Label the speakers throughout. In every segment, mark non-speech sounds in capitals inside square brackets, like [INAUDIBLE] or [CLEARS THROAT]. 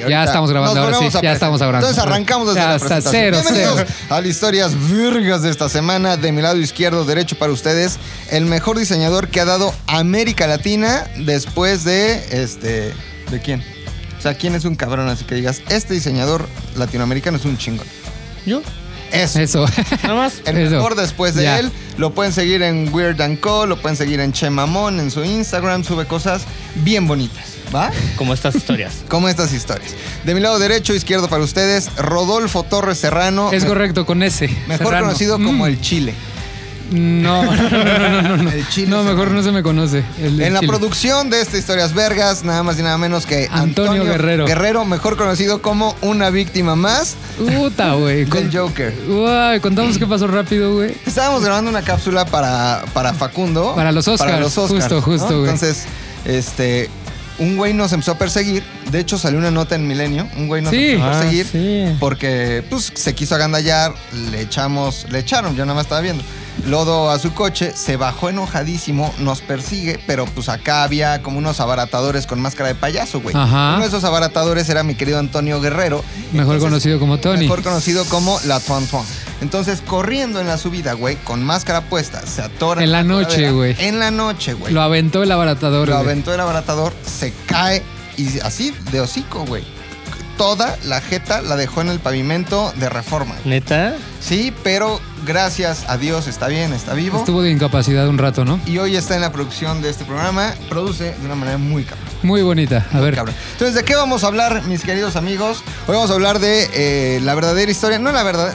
Speaker 1: Ya
Speaker 2: ahorita
Speaker 1: estamos grabando,
Speaker 2: nos
Speaker 1: ahora
Speaker 2: volvemos
Speaker 1: sí,
Speaker 2: a
Speaker 1: ya estamos grabando.
Speaker 2: Entonces arrancamos desde
Speaker 1: Ya
Speaker 2: la
Speaker 1: está,
Speaker 2: presentación.
Speaker 1: cero,
Speaker 2: Bienvenidos
Speaker 1: cero.
Speaker 2: a las historias virgas de esta semana. De mi lado izquierdo, derecho para ustedes, el mejor diseñador que ha dado América Latina después de este. ¿De quién? O sea, ¿quién es un cabrón? Así que digas, este diseñador latinoamericano es un chingón.
Speaker 3: ¿Yo?
Speaker 2: Eso. [LAUGHS]
Speaker 1: Eso.
Speaker 3: Nada más.
Speaker 2: El
Speaker 1: Eso.
Speaker 2: mejor después de
Speaker 1: Ya.
Speaker 2: él. Lo pueden seguir en Weird and Co. Lo pueden seguir en Che Mamón, en su Instagram. Sube cosas bien bonitas. ¿Va?
Speaker 3: Como estas [LAUGHS] historias.
Speaker 2: Como estas historias. De mi lado derecho, izquierdo para ustedes, Rodolfo Torres Serrano.
Speaker 1: es
Speaker 2: me-
Speaker 1: correcto, con ese.
Speaker 2: Mejor
Speaker 1: Serrano.
Speaker 2: conocido
Speaker 1: Mm.
Speaker 2: como el Chile.
Speaker 1: No, no, no, no, no, no.
Speaker 2: El chile
Speaker 1: No,
Speaker 2: serrano.
Speaker 1: mejor no se me conoce. el de
Speaker 2: En la
Speaker 1: Chile.
Speaker 2: producción de este Historias Vergas, nada más y nada menos que
Speaker 1: Antonio Guerrero.
Speaker 2: Guerrero, mejor conocido como una víctima más.
Speaker 1: Puta, güey.
Speaker 2: Del Joker.
Speaker 1: Uy, contamos qué pasó rápido, güey.
Speaker 2: Estábamos grabando una cápsula para, para Facundo.
Speaker 1: Para los Oscars, justo, justo, güey.
Speaker 2: Entonces, este, un güey nos empezó a perseguir. De hecho, salió una nota en Milenio. Un güey nos
Speaker 1: Sí.
Speaker 2: empezó a
Speaker 3: Ah,
Speaker 2: perseguir
Speaker 3: sí.
Speaker 2: porque pues, se quiso agandallar. Le echamos, le echaron, yo nada más estaba viendo. Lodo a su coche, se bajó enojadísimo, nos persigue, pero pues acá había como unos abaratadores con máscara de payaso, güey.
Speaker 1: Ajá.
Speaker 2: Uno de esos abaratadores era mi querido Antonio Guerrero.
Speaker 1: Mejor
Speaker 2: Entonces,
Speaker 1: conocido como Tony.
Speaker 2: Mejor conocido como la Tuan Tuan. Entonces, corriendo en la subida, güey, con máscara puesta, se atora.
Speaker 1: En la noche,
Speaker 2: coladera.
Speaker 1: güey.
Speaker 2: En la noche, güey.
Speaker 1: Lo
Speaker 2: Lo,
Speaker 1: aventó el abaratador, güey.
Speaker 2: aventó el abaratador, se cae y así, de hocico, güey. Toda la jeta la dejó en el pavimento de reforma.
Speaker 3: Mm. ¿Neta?
Speaker 2: Sí, pero gracias a Dios está bien, está vivo.
Speaker 1: Estuvo de incapacidad un rato, ¿no?
Speaker 2: Y hoy está en la producción de este programa. Produce de una manera muy cabrón.
Speaker 1: Muy bonita. A ver.
Speaker 2: Cabrón. Entonces, ¿de qué vamos a hablar, mis queridos amigos? Hoy vamos a hablar de eh, la verdadera historia. No la verdad.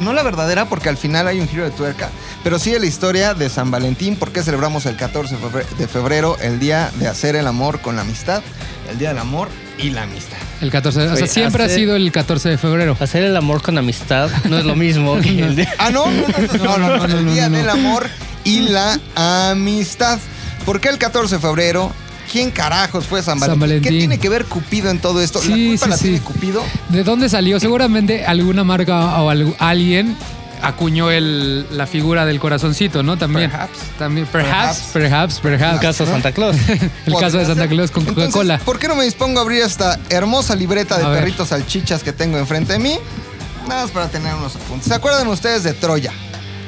Speaker 2: No la verdadera, porque al final hay un giro de tuerca, pero sí de la historia de San Valentín, porque celebramos el 14 de febre- de febrero, el día de hacer el amor con la amistad, el día del amor y la amistad.
Speaker 1: El 14 de- O sea,
Speaker 3: Güey,
Speaker 1: siempre ha
Speaker 3: hace-
Speaker 1: sido el 14 de febrero.
Speaker 3: Hacer el amor con amistad no es lo mismo
Speaker 1: [LAUGHS]
Speaker 3: que el de...
Speaker 2: Ah, no, no, no, no, no, no, no, el
Speaker 1: no,
Speaker 2: día
Speaker 1: no.
Speaker 2: del amor y la amistad. ¿Por qué el 14 de febrero? ¿Quién carajos fue San
Speaker 1: San
Speaker 2: Valentín? ¿Qué
Speaker 1: Valentín.
Speaker 2: tiene que ver Cupido en todo esto? ¿La
Speaker 1: Sí,
Speaker 2: culpa
Speaker 1: sí,
Speaker 2: la
Speaker 1: sí.
Speaker 2: tiene Cupido?
Speaker 1: ¿De dónde salió? Seguramente alguna marca o algu- alguien acuñó el, la figura del corazoncito, ¿no? También.
Speaker 2: Perhaps.
Speaker 1: También. Perhaps, perhaps, perhaps.
Speaker 3: El caso Santa [LAUGHS] Claus.
Speaker 1: [LAUGHS] El caso de Santa Claus con
Speaker 2: Entonces, pues,
Speaker 1: Coca-Cola.
Speaker 2: ¿Por qué no me dispongo a abrir esta hermosa libreta de
Speaker 1: A ver.
Speaker 2: perritos salchichas que tengo enfrente de mí? Nada más para tener unos apuntes. ¿Se acuerdan ustedes de Troya?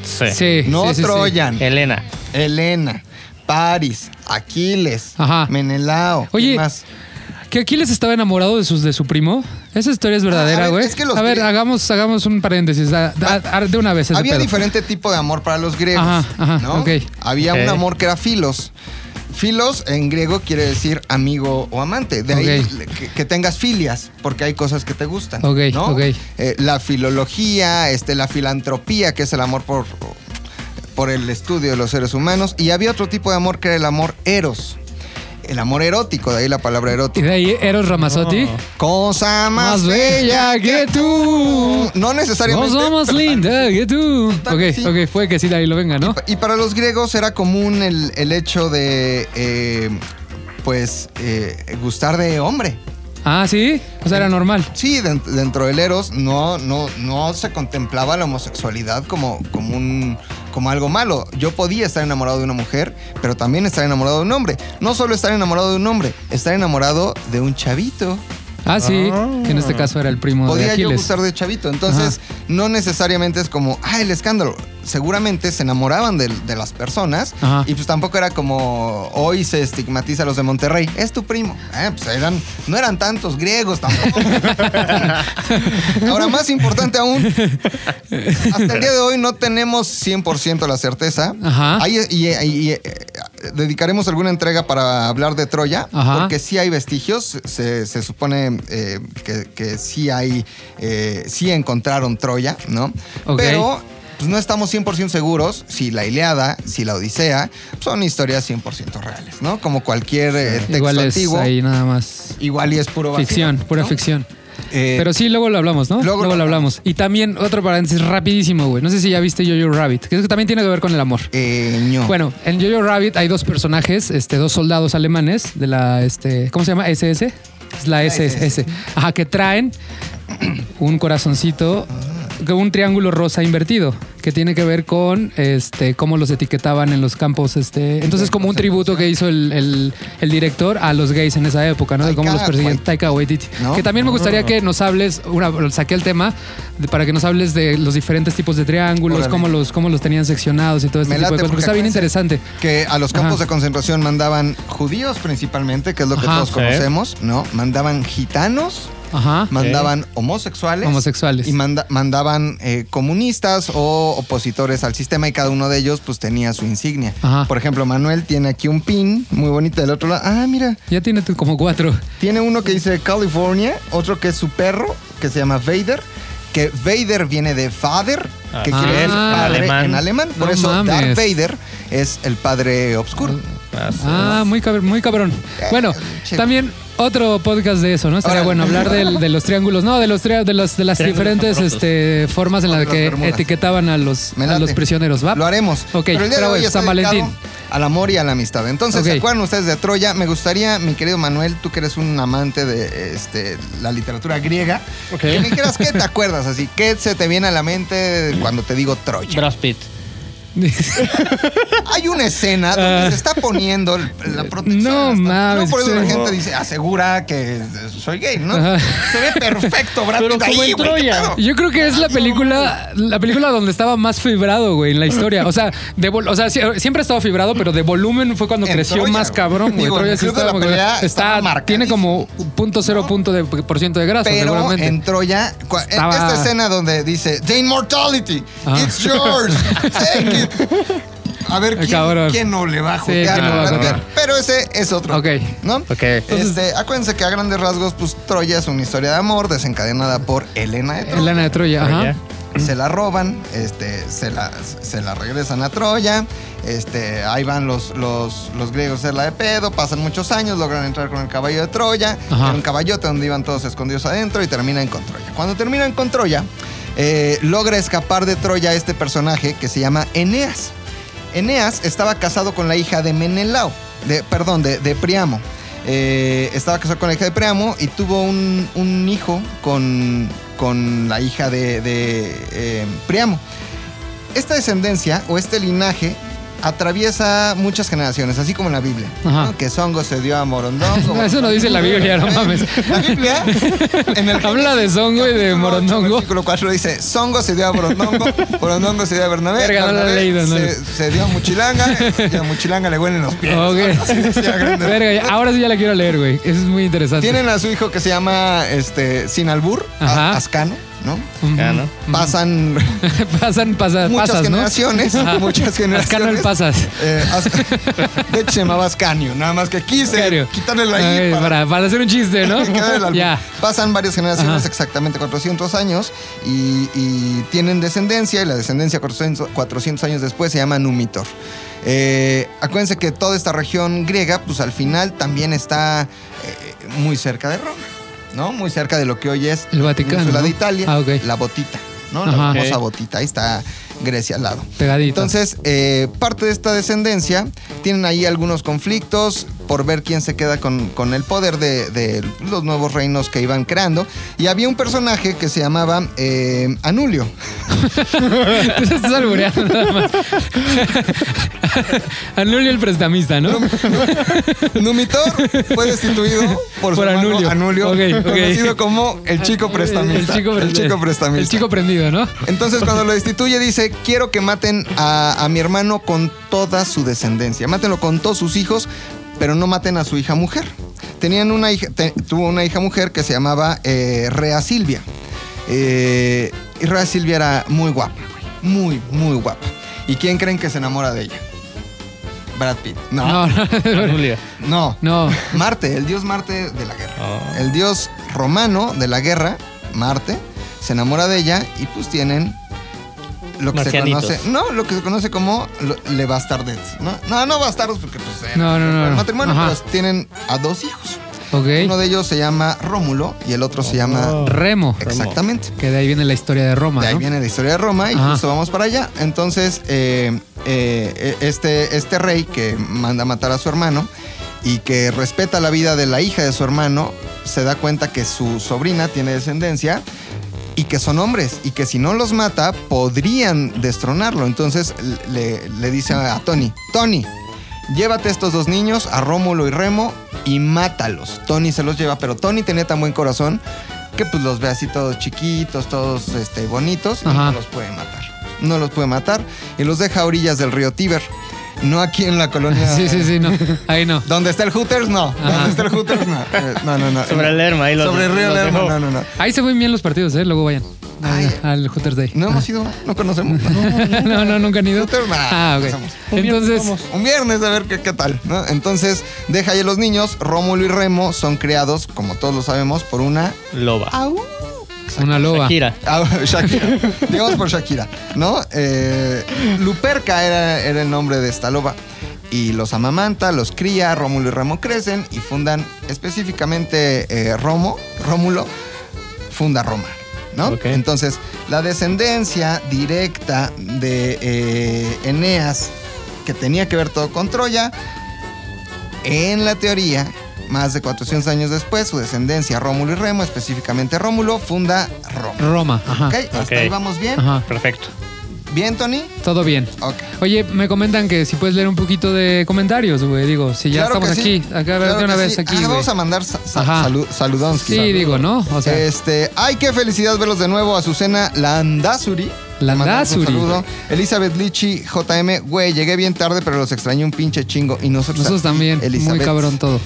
Speaker 3: Sí.
Speaker 1: Sí.
Speaker 2: no
Speaker 1: sí, sí, sí.
Speaker 2: Troyan,
Speaker 3: Elena.
Speaker 2: Elena, Paris, Aquiles,
Speaker 1: Ajá.
Speaker 2: Menelao. ¿qué
Speaker 1: Oye,
Speaker 2: más?
Speaker 1: ¿Que Aquiles estaba enamorado de, sus, de su primo? Esa historia es
Speaker 2: Ah, a
Speaker 1: verdadera,
Speaker 2: ver,
Speaker 1: güey.
Speaker 2: es que los
Speaker 1: a ver,
Speaker 2: grie-
Speaker 1: hagamos, hagamos un paréntesis. da- da- ar- de una vez ese
Speaker 2: Había
Speaker 1: pedo.
Speaker 2: diferente tipo de amor para los griegos.
Speaker 1: Ajá, ajá,
Speaker 2: ¿no?
Speaker 1: ok.
Speaker 2: Había un
Speaker 3: Ok.
Speaker 2: amor que era filos. Filos en griego quiere decir amigo o amante. De ahí
Speaker 1: Ok.
Speaker 2: le- que, que tengas filias, porque hay cosas que te gustan.
Speaker 1: Ok,
Speaker 2: ¿no?
Speaker 1: ok.
Speaker 2: Eh, la filología, este, la filantropía, que es el amor por, por el estudio de los seres humanos. Y había otro tipo de amor que era el amor eros. El amor erótico, de ahí la palabra
Speaker 1: Y
Speaker 2: erótico.
Speaker 1: de ahí Eros Ramazzotti.
Speaker 2: Cosa más,
Speaker 1: Más bella que tú.
Speaker 2: No necesariamente.
Speaker 1: Nos vamos,
Speaker 2: pero-
Speaker 1: linda, que tú.
Speaker 2: tal vez
Speaker 1: Ok,
Speaker 2: sí.
Speaker 1: ok, fue que sí, de ahí lo venga, ¿no?
Speaker 2: Y para los griegos era común el, el hecho de, eh, pues, eh, gustar de hombre.
Speaker 1: Ah, sí. O sea, era normal.
Speaker 2: Sí, den- dentro del Eros no, no, no se contemplaba la homosexualidad como, como, un, como algo malo. Yo podía estar enamorado de una mujer, pero también estar enamorado de un hombre. No solo estar enamorado de un hombre, estar enamorado de un chavito.
Speaker 1: Ah, sí. Que en este caso era el primo de
Speaker 2: Podía yo
Speaker 1: Aquiles.
Speaker 2: gustar de chavito. Entonces, no necesariamente es como, ah, el escándalo. Seguramente se enamoraban del- de, las personas
Speaker 1: Ajá.
Speaker 2: y pues tampoco era como hoy se estigmatiza a los de Monterrey. Es tu primo. Eh, pues eran, no eran tantos griegos
Speaker 1: [LAUGHS]
Speaker 2: tampoco. Ahora, más importante aún, hasta el día de hoy no tenemos 100% la certeza.
Speaker 1: Ajá.
Speaker 2: Ahí- y, y- y, eh, dedicaremos alguna entrega para hablar de Troya,
Speaker 1: Ajá.
Speaker 2: porque sí hay vestigios. Se, se supone eh, que, que sí hay, eh, sí encontraron Troya, ¿no?
Speaker 1: Ok.
Speaker 2: Pero pues, no estamos 100% seguros si la Iliada, si la Odisea, son historias 100% reales, ¿no? Como cualquier eh, texto
Speaker 1: Igual es
Speaker 2: antiguo.
Speaker 1: ahí nada más.
Speaker 2: Igual y es puro vacío,
Speaker 1: Ficción, pura
Speaker 2: ¿no?
Speaker 1: ficción.
Speaker 2: Eh,
Speaker 1: Pero sí, luego lo hablamos, ¿no?
Speaker 2: luego
Speaker 1: Luego,
Speaker 2: lo
Speaker 1: lo hablamos. Y también, otro paréntesis rapidísimo, güey. No sé si ya viste Jojo Rabbit, que eso también tiene que ver con el amor.
Speaker 2: eh, ño.
Speaker 1: Bueno, en Jojo Rabbit hay dos personajes, este, dos soldados alemanes de la, este, ¿cómo se llama? SS. Es la SS. [CLEARS THROAT] Ajá, que traen un corazoncito, que un triángulo rosa invertido. que tiene que ver con este cómo los etiquetaban en los campos. este Entonces, como un tributo que hizo el, el- el director a los gays en esa época, ¿no? De cómo los
Speaker 2: Taika
Speaker 1: perseguían.
Speaker 2: Wait-
Speaker 1: Taika Waititi.
Speaker 2: ¿No?
Speaker 1: Que también me gustaría que nos hables, una, saqué el tema, de- para que nos hables de los diferentes tipos de triángulos,
Speaker 2: Órale.
Speaker 1: cómo los, cómo los tenían seccionados y todo este
Speaker 2: Me
Speaker 1: tipo de
Speaker 2: late
Speaker 1: cosas. Porque
Speaker 2: porque
Speaker 1: está bien
Speaker 2: acuérdense-
Speaker 1: interesante.
Speaker 2: que a los campos
Speaker 1: Ajá.
Speaker 2: de concentración mandaban judíos principalmente, que es lo que
Speaker 1: Ajá.
Speaker 2: todos
Speaker 1: Sí.
Speaker 2: conocemos, ¿no? Mandaban gitanos,
Speaker 1: Ajá.
Speaker 2: mandaban homosexuales.
Speaker 1: Homosexuales.
Speaker 2: Y manda- mandaban eh, comunistas o opositores al sistema y cada uno de ellos pues tenía su insignia.
Speaker 1: Ajá.
Speaker 2: Por ejemplo, Manuel tiene aquí un pin muy bonito del otro lado. Ah, mira.
Speaker 1: Ya tiene tú como cuatro.
Speaker 2: Tiene uno que dice California, otro que es su perro, que se llama Vader, que Vader viene de Vader, que
Speaker 1: Ah,
Speaker 2: quiere decir padre
Speaker 3: alemán.
Speaker 2: en alemán. Por
Speaker 1: No
Speaker 2: eso
Speaker 1: mames.
Speaker 2: Darth Vader es el padre oscuro.
Speaker 1: Ah, muy cabrón, muy cabrón.
Speaker 2: Eh,
Speaker 1: Bueno,
Speaker 2: chido.
Speaker 1: también otro podcast de eso, ¿no? Estaría
Speaker 2: Ahora-
Speaker 1: bueno hablar del- de los triángulos, no, de los tri- de las, de las
Speaker 3: Triángulos
Speaker 1: diferentes
Speaker 3: amorosos.
Speaker 1: este, formas en las
Speaker 2: Las
Speaker 1: que
Speaker 2: Bermudas.
Speaker 1: etiquetaban a los,
Speaker 2: Me
Speaker 1: a los
Speaker 2: late.
Speaker 1: prisioneros, ¿va?
Speaker 2: Lo haremos.
Speaker 1: Ok,
Speaker 2: Pero el día
Speaker 1: pero
Speaker 2: de hoy
Speaker 1: es
Speaker 2: está
Speaker 1: San
Speaker 2: dedicado
Speaker 1: Valentín.
Speaker 2: Al amor y a la amistad. Entonces,
Speaker 1: Ok.
Speaker 2: ¿se acuerdan ustedes de Troya? Me gustaría, mi querido Manuel, tú que eres un amante de este, la literatura griega,
Speaker 3: Ok.
Speaker 2: que me dijeras qué te acuerdas así, qué se te viene a la mente cuando te digo Troya.
Speaker 3: Brad Pitt.
Speaker 1: [LAUGHS]
Speaker 2: Hay una escena donde
Speaker 1: Ah.
Speaker 2: se está poniendo el- la protección.
Speaker 1: No
Speaker 2: Está-
Speaker 1: mames,
Speaker 2: No por eso la
Speaker 1: sí.
Speaker 2: gente dice, asegura que soy gay, ¿no?
Speaker 1: Ajá.
Speaker 2: Se ve perfecto, Brad
Speaker 3: Pero
Speaker 2: Pitt
Speaker 3: como
Speaker 2: ahí, güey,
Speaker 3: en
Speaker 2: ¿qué
Speaker 3: Troya.
Speaker 2: pedo?
Speaker 1: Yo creo que es la película, la película donde estaba más fibrado, güey, en la historia. O sea, de vol- o sea, sie- siempre ha estado fibrado, pero de volumen fue cuando
Speaker 2: En
Speaker 1: creció
Speaker 2: Troya,
Speaker 1: más
Speaker 2: güey.
Speaker 1: cabrón, güey.
Speaker 2: Digo,
Speaker 1: Troya
Speaker 2: en
Speaker 1: sí
Speaker 2: Club de la
Speaker 1: estaba muy-
Speaker 2: Pelea estaba
Speaker 1: está,
Speaker 2: marcadísimo.
Speaker 1: tiene como punto cero punto de por ciento de grasa,
Speaker 2: Pero
Speaker 1: seguramente.
Speaker 2: en Troya, cua- en
Speaker 1: Estaba-
Speaker 2: esta escena donde dice The Immortality,
Speaker 1: Ah.
Speaker 2: it's yours, take it. A ver,
Speaker 1: [LAUGHS] Ay,
Speaker 2: ¿quién,
Speaker 1: cabrón.
Speaker 2: quién no le va a
Speaker 1: Sí,
Speaker 2: jugar?
Speaker 1: ¿quién
Speaker 3: no va a
Speaker 2: Pero-
Speaker 1: jugar?
Speaker 2: Pero ese es otro.
Speaker 1: Ok.
Speaker 2: ¿No?
Speaker 3: Ok.
Speaker 2: Este, acuérdense que a grandes rasgos, pues Troya es una historia de amor desencadenada por Elena de Troya.
Speaker 1: Lana de Troya, ajá.
Speaker 3: Troya.
Speaker 2: Se la roban, este, se la, se la regresan a Troya, este, ahí van los, los, los griegos a hacerla de pedo, pasan muchos años, logran entrar con el caballo de Troya,
Speaker 1: Ajá.
Speaker 2: era un caballote donde iban todos escondidos adentro y terminan con Troya. Cuando terminan con Troya, eh, logra escapar de Troya este personaje que se llama Eneas. Eneas estaba casado con la hija de Menelao, de, perdón, de, de Priamo. Eh, estaba casado con la hija de Priamo y tuvo un, un hijo con, con la hija de, de, eh, Priamo. Esta descendencia o este linaje atraviesa muchas generaciones, así como en la Biblia.
Speaker 1: Ajá.
Speaker 2: ¿no? Que Songo se dio a Morondongo.
Speaker 1: No, [LAUGHS] eso no dice la Biblia, no mames.
Speaker 2: La Biblia en
Speaker 1: [LAUGHS]
Speaker 2: el
Speaker 1: Habla de Songo y de
Speaker 2: capítulo ocho,
Speaker 1: Morondongo.
Speaker 2: Versículo 4 dice, Songo se dio a Morondongo,
Speaker 1: [LAUGHS]
Speaker 2: Morondongo se dio a Bernabé,
Speaker 1: Verga, no la he
Speaker 2: Bernabé
Speaker 1: leído, no.
Speaker 2: se, se dio a Muchilanga y a Muchilanga le huelen los
Speaker 1: [LAUGHS]
Speaker 2: pies.
Speaker 1: Ok.
Speaker 2: Sí, a grandes-
Speaker 1: Verga, ya- ahora sí ya la quiero leer, güey. Eso es muy interesante.
Speaker 2: Tienen a su hijo que se llama este, Sinalbur, a-
Speaker 1: Ajá.
Speaker 2: Ascano, ¿no?
Speaker 1: Ujú.
Speaker 3: Ah, ¿no?
Speaker 2: Pasan
Speaker 1: [LAUGHS] Pasan, pasa-
Speaker 2: muchas
Speaker 1: pasas, ¿no?
Speaker 2: generaciones, [LAUGHS]
Speaker 1: Ajá.
Speaker 2: muchas
Speaker 1: Ascano el
Speaker 2: generaciones.
Speaker 1: pasas.
Speaker 2: Eh, As- [LAUGHS] de hecho, se llamaba Ascanio, nada más que quise
Speaker 1: Ascanio.
Speaker 2: quitarle la
Speaker 1: Ay,
Speaker 2: I para-
Speaker 1: para, para hacer un chiste, ¿no?
Speaker 2: que quedara el álbum.
Speaker 1: [LAUGHS] ya.
Speaker 2: Pasan varias generaciones,
Speaker 1: Ajá.
Speaker 2: exactamente 400 años, y, y tienen descendencia, y la descendencia 400, 400 años después se llama Numitor. Eh, acuérdense que toda esta región griega, pues al final también está eh, muy cerca de Roma, ¿no? Muy cerca de lo que hoy es
Speaker 1: El Vaticano,
Speaker 2: la
Speaker 1: ¿no?
Speaker 2: de Italia,
Speaker 1: Ah, ok.
Speaker 2: la botita, ¿no? La
Speaker 1: Ajá.
Speaker 2: famosa
Speaker 3: Ok.
Speaker 2: botita, ahí está Grecia al lado.
Speaker 1: Pegadito.
Speaker 2: Entonces, eh, parte de esta descendencia tienen ahí algunos conflictos por ver quién se queda con, con el poder de, de los nuevos reinos que iban creando. Y había un personaje que se llamaba eh, Anulio. [LAUGHS]
Speaker 1: Tú te estás albureando nada más. Anulio el prestamista, ¿no?
Speaker 2: Numitor fue destituido por, su
Speaker 1: Por
Speaker 2: hermano
Speaker 1: Anulio.
Speaker 2: Anulio,
Speaker 1: Ok, ok.
Speaker 2: conocido como el chico prestamista.
Speaker 1: El chico, pre-
Speaker 2: prestamista.
Speaker 1: El chico prendido, ¿no?
Speaker 2: Entonces cuando lo destituye dice, quiero que maten a, a mi hermano con toda su descendencia. Mátenlo con todos sus hijos, pero no maten a su hija mujer. Tenían una hija, te- tuvo una hija mujer que se llamaba eh, Rea Silvia. Eh, y Rea Silvia era muy guapa, güey. muy, muy guapa. ¿Y quién creen que se enamora de ella? Brad Pitt. No,
Speaker 1: No,
Speaker 2: no.
Speaker 1: no.
Speaker 3: Julia.
Speaker 1: no.
Speaker 2: Marte, el dios Marte de la guerra.
Speaker 3: Oh.
Speaker 2: El dios romano de la guerra, Marte, se enamora de ella y pues tienen lo que se
Speaker 3: Marcianitos.
Speaker 2: conoce, no, lo que se conoce como lo- le bastardettes, ¿no? No, no bastardos porque pues era
Speaker 1: No, no, no,
Speaker 2: el
Speaker 1: no.
Speaker 2: matrimonio,
Speaker 1: Ajá.
Speaker 2: pues tienen a dos hijos. Uno
Speaker 1: Ok.
Speaker 2: de ellos se llama Rómulo y el otro se llama
Speaker 3: Oh.
Speaker 1: Remo.
Speaker 2: exactamente.
Speaker 1: Que de ahí viene la historia de Roma,
Speaker 2: De ahí
Speaker 1: ¿no?
Speaker 2: viene la historia de Roma y
Speaker 1: Ajá.
Speaker 2: justo vamos para allá. Entonces, eh, eh, este, este rey que manda a matar a su hermano y que respeta la vida de la hija de su hermano, se da cuenta que su sobrina tiene descendencia y que son hombres y que si no los mata podrían destronarlo. Entonces le, le dice a Tony, Tony, llévate a estos dos niños, a Rómulo y Remo, y mátalos. Tony se los lleva, pero Tony tenía tan buen corazón que pues los ve así todos chiquitos, todos este, bonitos, y
Speaker 1: Ajá.
Speaker 2: no los puede matar. No los puede matar y los deja a orillas del río Tíber. No aquí en la
Speaker 3: [LAUGHS]
Speaker 2: colonia.
Speaker 1: [LAUGHS] Sí, sí, sí, no. Ahí no.
Speaker 2: Donde está el Hooters, no.
Speaker 1: Ajá.
Speaker 2: Donde está el Hooters, no. Eh, No, no, no.
Speaker 3: [LAUGHS] Sobre el Lerma, ahí los-
Speaker 2: Sobre el río
Speaker 3: los
Speaker 2: Lerma,
Speaker 3: dejó.
Speaker 2: no, no, no.
Speaker 1: Ahí se ven bien los partidos, ¿eh? Luego vayan
Speaker 2: Ay.
Speaker 1: al Hooters Day.
Speaker 2: Ah, No hemos ido, no conocemos. No.
Speaker 1: [LAUGHS] no, no, nunca han ido.
Speaker 2: Hooters, nah,
Speaker 1: Ah, ok.
Speaker 2: pasamos.
Speaker 3: Un viernes
Speaker 1: Entonces,
Speaker 3: vamos.
Speaker 2: Un viernes a ver qué, qué tal, ¿no? Entonces, deja ahí a los niños. Rómulo y Remo son creados, como todos lo sabemos, por una...
Speaker 3: Loba.
Speaker 1: Ah,
Speaker 2: Au.
Speaker 1: una loba.
Speaker 3: Shakira.
Speaker 2: Ah, [LAUGHS] Shakira. Digamos por Shakira, ¿no? Eh, Luperca era, era el nombre de esta loba. Y los amamanta, los cría, Rómulo y Remo crecen y fundan específicamente eh, Romo, Rómulo, funda Roma, ¿no?
Speaker 3: Ok.
Speaker 2: Entonces, la descendencia directa de eh, Eneas, que tenía que ver todo con Troya, en la teoría, más de 400 años después, su descendencia, Rómulo y Remo, específicamente Rómulo, funda Roma.
Speaker 1: Roma. Ajá.
Speaker 2: ¿Ok? Hasta
Speaker 3: Ok.
Speaker 2: ahí vamos bien.
Speaker 1: Ah, Ajá.
Speaker 3: Perfecto.
Speaker 2: ¿Bien, Tony?
Speaker 1: Todo bien.
Speaker 2: Ok.
Speaker 1: Oye, me comentan que si puedes leer un poquito de comentarios, güey. Digo, si ya
Speaker 2: Claro que
Speaker 1: estamos
Speaker 2: sí.
Speaker 1: aquí, acá
Speaker 2: Claro
Speaker 1: de una
Speaker 2: que
Speaker 1: vez
Speaker 2: sí.
Speaker 1: aquí,
Speaker 2: Ah,
Speaker 1: güey.
Speaker 2: vamos a mandar sa- sa-
Speaker 1: Ajá.
Speaker 2: salu- saludonsky.
Speaker 1: Sí, digo, ¿no? O sea,
Speaker 2: este, ay, qué felicidad verlos de nuevo. Azucena Landazuri.
Speaker 1: Landazuri.
Speaker 2: Le mandamos Un saludo. Elizabeth Lichi, JM. Güey, llegué bien tarde, pero los extrañé un pinche chingo. Y nosotros,
Speaker 1: nosotros
Speaker 2: a ti,
Speaker 1: también, muy
Speaker 2: Elizabeth.
Speaker 1: cabrón todo.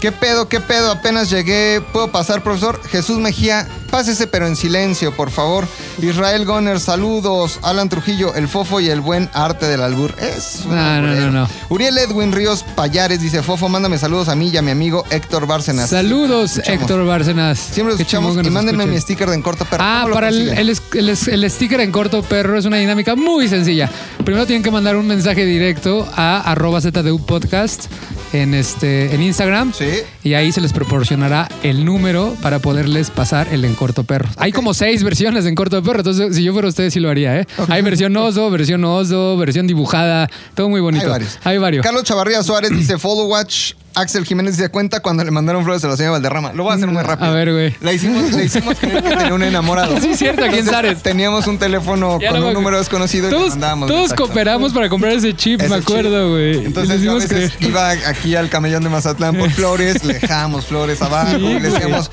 Speaker 2: ¿Qué pedo, qué pedo? Apenas llegué. ¿Puedo pasar, profesor? Jesús Mejía, pásese, pero en silencio, por favor. Israel Goner, saludos. Alan Trujillo, el fofo y el buen arte del albur. Es un
Speaker 1: No, no,
Speaker 2: alburero.
Speaker 1: no, no.
Speaker 2: Uriel Edwin Ríos Payares dice: Fofo, mándame saludos a mí y a mi amigo Héctor Bárcenas.
Speaker 1: Saludos,
Speaker 2: Escuchamos.
Speaker 1: Héctor Bárcenas.
Speaker 2: Siempre los
Speaker 1: Qué
Speaker 2: escuchamos.
Speaker 1: chingón que
Speaker 2: Y
Speaker 1: nos
Speaker 2: mándenme
Speaker 1: escuchen.
Speaker 2: mi sticker de encorto perro.
Speaker 1: Ah,
Speaker 2: ¿Cómo lo
Speaker 1: para el,
Speaker 2: consiguen?
Speaker 1: el, es- el es- el sticker en corto perro es una dinámica muy sencilla. Primero tienen que mandar un mensaje directo a arroba ZDU Podcast en, este, en Instagram.
Speaker 2: Sí.
Speaker 1: Y ahí se les proporcionará el número para poderles pasar el encorto perro. Hay como seis versiones de encorto perro, entonces si yo fuera usted sí lo haría, ¿eh? Hay versión oso, versión oso, versión dibujada, todo muy bonito.
Speaker 2: Hay varios.
Speaker 1: Hay varios.
Speaker 2: Carlos Chavarría Suárez dice follow watch. Axel Jiménez se cuenta cuando le mandaron flores a la señora Valderrama. Lo voy a hacer muy rápido.
Speaker 1: A ver, güey.
Speaker 2: Le hicimos, le hicimos creer que tenía un enamorado.
Speaker 1: Sí, cierto, aquí en
Speaker 2: Entonces,
Speaker 1: Zares.
Speaker 2: Teníamos un teléfono
Speaker 1: Ya
Speaker 2: con
Speaker 1: lo
Speaker 2: un
Speaker 1: me-
Speaker 2: número desconocido y le
Speaker 1: Todos,
Speaker 2: mandábamos.
Speaker 1: todos
Speaker 2: mensajes.
Speaker 1: cooperamos para comprar ese chip,
Speaker 2: Ese
Speaker 1: me acuerdo,
Speaker 2: chip.
Speaker 1: güey. Y
Speaker 2: Entonces
Speaker 1: les
Speaker 2: yo a
Speaker 1: hicimos
Speaker 2: veces
Speaker 1: creer.
Speaker 2: iba aquí al camellón de Mazatlán
Speaker 1: [LAUGHS]
Speaker 2: por flores, le dejábamos flores abajo,
Speaker 1: Sí,
Speaker 2: le decíamos,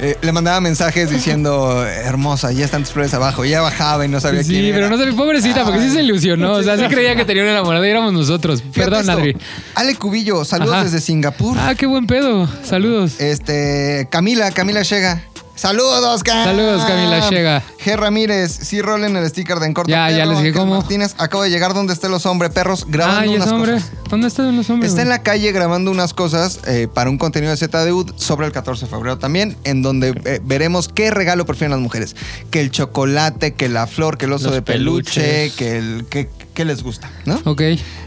Speaker 2: eh, le mandaba mensajes diciendo, hermosa, ya están tus flores abajo. Y ya bajaba y no sabía quién
Speaker 1: Sí,
Speaker 2: era.
Speaker 1: pero no sabía, pobrecita, porque sí
Speaker 2: Ay.
Speaker 1: se ilusionó. O sea, sí creía que tenía una enamorada y éramos nosotros.
Speaker 2: Fíjate
Speaker 1: Perdón,
Speaker 2: esto.
Speaker 1: Adri.
Speaker 2: Ale Cubillo, saludos
Speaker 1: Ajá.
Speaker 2: desde Singapur.
Speaker 1: Ah, qué buen pedo. Saludos.
Speaker 2: Este, Camila, Camila Llega. Saludos, Cam.
Speaker 1: Saludos, Camila Llega.
Speaker 2: G. Ramírez, sí rolen el sticker de Encorto.
Speaker 1: Ya, ya
Speaker 2: Perro.
Speaker 1: les dije
Speaker 2: Ángel
Speaker 1: cómo.
Speaker 2: Martínez, acabo de llegar donde estén los hombres perros grabando
Speaker 1: Ah, y es
Speaker 2: unas
Speaker 1: hombre.
Speaker 2: cosas.
Speaker 1: ¿Dónde están los hombres?
Speaker 2: Está en
Speaker 1: güey?
Speaker 2: la calle grabando unas cosas eh, para un contenido de ZDU sobre el 14 de febrero también, en donde eh, veremos qué regalo prefieren las mujeres. Que el chocolate, que la flor, que el oso
Speaker 3: Los
Speaker 2: de peluche,
Speaker 3: peluches.
Speaker 2: que el que, que les gusta, ¿no?
Speaker 1: Ok.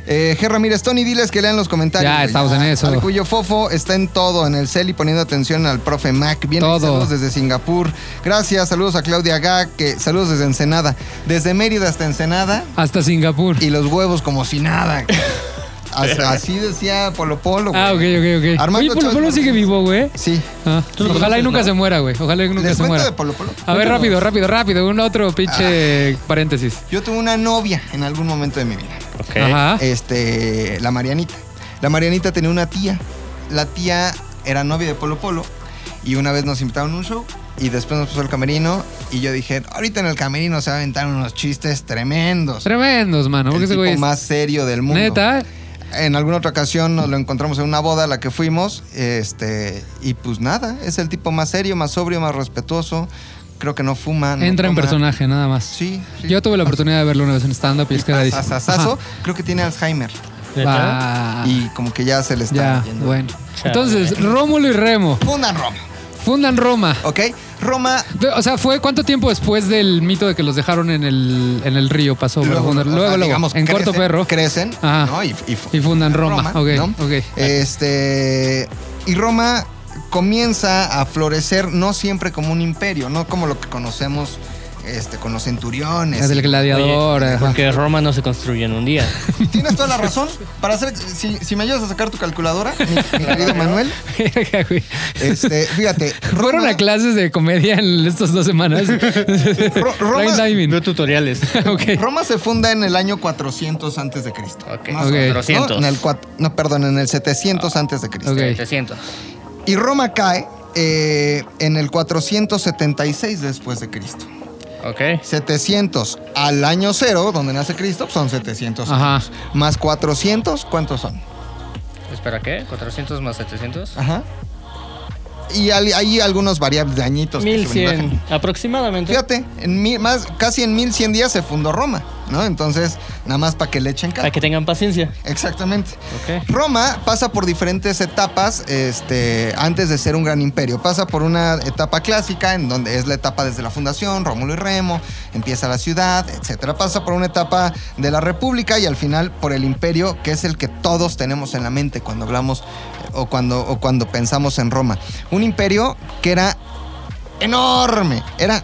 Speaker 2: Eh, G. Ramírez, Tony, diles que lean los comentarios.
Speaker 1: Ya, estamos en eso.
Speaker 2: Al cuyo fofo está en todo, en el cel y poniendo atención al profe Mac. Bien,
Speaker 1: Todo.
Speaker 2: saludos desde Singapur. Gracias, saludos a Claudia Gá, que saludos desde Ensenada. Desde Mérida hasta Ensenada
Speaker 1: Hasta Singapur.
Speaker 2: y los huevos como si
Speaker 1: [LAUGHS]
Speaker 2: nada. As- así decía Polo Polo. güey.
Speaker 1: Ah, ok, ok, ok.
Speaker 2: Armando
Speaker 1: Oye, Polo
Speaker 2: Chávez
Speaker 1: Polo sigue
Speaker 2: Martínez.
Speaker 1: vivo, güey.
Speaker 2: Sí.
Speaker 1: Ah,
Speaker 3: Tú lo
Speaker 1: ojalá y
Speaker 3: conoces,
Speaker 1: nunca
Speaker 3: ¿no?
Speaker 1: se muera, güey. Ojalá y nunca
Speaker 2: ¿Les
Speaker 1: se
Speaker 2: cuento
Speaker 1: muera.
Speaker 2: de Polo Polo?
Speaker 1: A ver, rápido, rápido, rápido. Un otro
Speaker 2: Ah.
Speaker 1: pinche paréntesis.
Speaker 2: Yo tuve una novia en algún momento de mi vida.
Speaker 3: Ok.
Speaker 1: Ajá.
Speaker 2: Este, la Marianita. La Marianita tenía una tía. La tía era novia de Polo Polo. Y una vez nos invitaron a un show. Y después nos puso el camerino. Y yo dije, ahorita en el camerino se va a aventar unos chistes tremendos.
Speaker 1: Tremendos, mano. Porque
Speaker 2: el
Speaker 1: ese
Speaker 2: tipo
Speaker 1: güey es.
Speaker 2: más serio del mundo. Ah,
Speaker 1: Neta.
Speaker 2: En alguna otra ocasión nos lo encontramos en una boda a la que fuimos. Este, y pues nada, es el tipo más serio, más sobrio, más respetuoso. Creo que no fuma. no
Speaker 1: Entra en
Speaker 2: toma.
Speaker 1: personaje, nada más.
Speaker 2: Sí, sí.
Speaker 1: Yo tuve la oportunidad de verlo una vez en stand-up y es que era
Speaker 2: Asasasazo. Creo que tiene Alzheimer.
Speaker 3: ¿Neta?
Speaker 2: Y como que ya se le está
Speaker 1: Ah. Ya,
Speaker 2: yendo.
Speaker 1: bueno.
Speaker 3: Chale.
Speaker 1: Entonces, Rómulo y Remo
Speaker 2: Fundan Roma,
Speaker 1: fundan Roma.
Speaker 2: ¿ok? Roma
Speaker 1: De- O sea, fue cuánto tiempo después del mito de que los dejaron en el, en el río pasó para fundar?
Speaker 2: o
Speaker 1: Luego,
Speaker 2: sea,
Speaker 1: luego, en
Speaker 2: crecen-
Speaker 1: Corto Perro.
Speaker 2: Crecen,
Speaker 1: Ajá.
Speaker 2: ¿no? Y,
Speaker 1: Y fundan Roma. Ok, ok.
Speaker 2: Este, y Roma comienza a florecer no siempre como un imperio, no como lo que conocemos este, con los centuriones.
Speaker 1: Es Ah, del gladiador.
Speaker 3: Oye,
Speaker 1: ajá.
Speaker 3: porque Roma no se construye en un día.
Speaker 2: Tienes toda la razón. Para hacer, si, si me ayudas a sacar tu calculadora, mi, mi querido Manuel,
Speaker 1: [LAUGHS] Verga, güey.
Speaker 2: este, fíjate. Roma-
Speaker 1: Fueron a clases de comedia en estas dos
Speaker 2: [LAUGHS]
Speaker 1: semanas. [LAUGHS]
Speaker 2: Ro-
Speaker 1: Prime
Speaker 2: Roma,
Speaker 1: timing.
Speaker 3: Veo tutoriales.
Speaker 1: [LAUGHS] Ok.
Speaker 2: Roma se funda en el año 400 antes de Cristo.
Speaker 3: Ok.
Speaker 2: Más o
Speaker 1: Ok.
Speaker 2: menos, ¿no?
Speaker 3: 400.
Speaker 2: En el cuat- no, perdón, en el 700 antes de Cristo.
Speaker 1: Ok.
Speaker 3: 700.
Speaker 2: Y Roma cae eh, en el 476 después de Cristo.
Speaker 3: Ok.
Speaker 2: 700 al año cero, donde nace Cristo, son 700.
Speaker 1: Ajá.
Speaker 2: Más 400, ¿cuántos son?
Speaker 3: Espera, ¿qué? ¿400 más 700?
Speaker 2: Ajá. Y al- hay algunos variables de añitos. que suben y bajan.
Speaker 3: 1100. Aproximadamente.
Speaker 2: Fíjate, en mil- más, casi en 1100 días se fundó Roma, ¿no? Entonces, nada más para que le echen cara.
Speaker 3: Para que tengan paciencia.
Speaker 2: Exactamente.
Speaker 3: Ok.
Speaker 2: Roma pasa por diferentes etapas este, antes de ser un gran imperio. Pasa por una etapa clásica, en donde es la etapa desde la fundación, Rómulo y Remo, empieza la ciudad, etc. Pasa por una etapa de la república y al final por el imperio, que es el que todos tenemos en la mente cuando hablamos eh, o cuando, o cuando pensamos en Roma. Un imperio que era enorme, era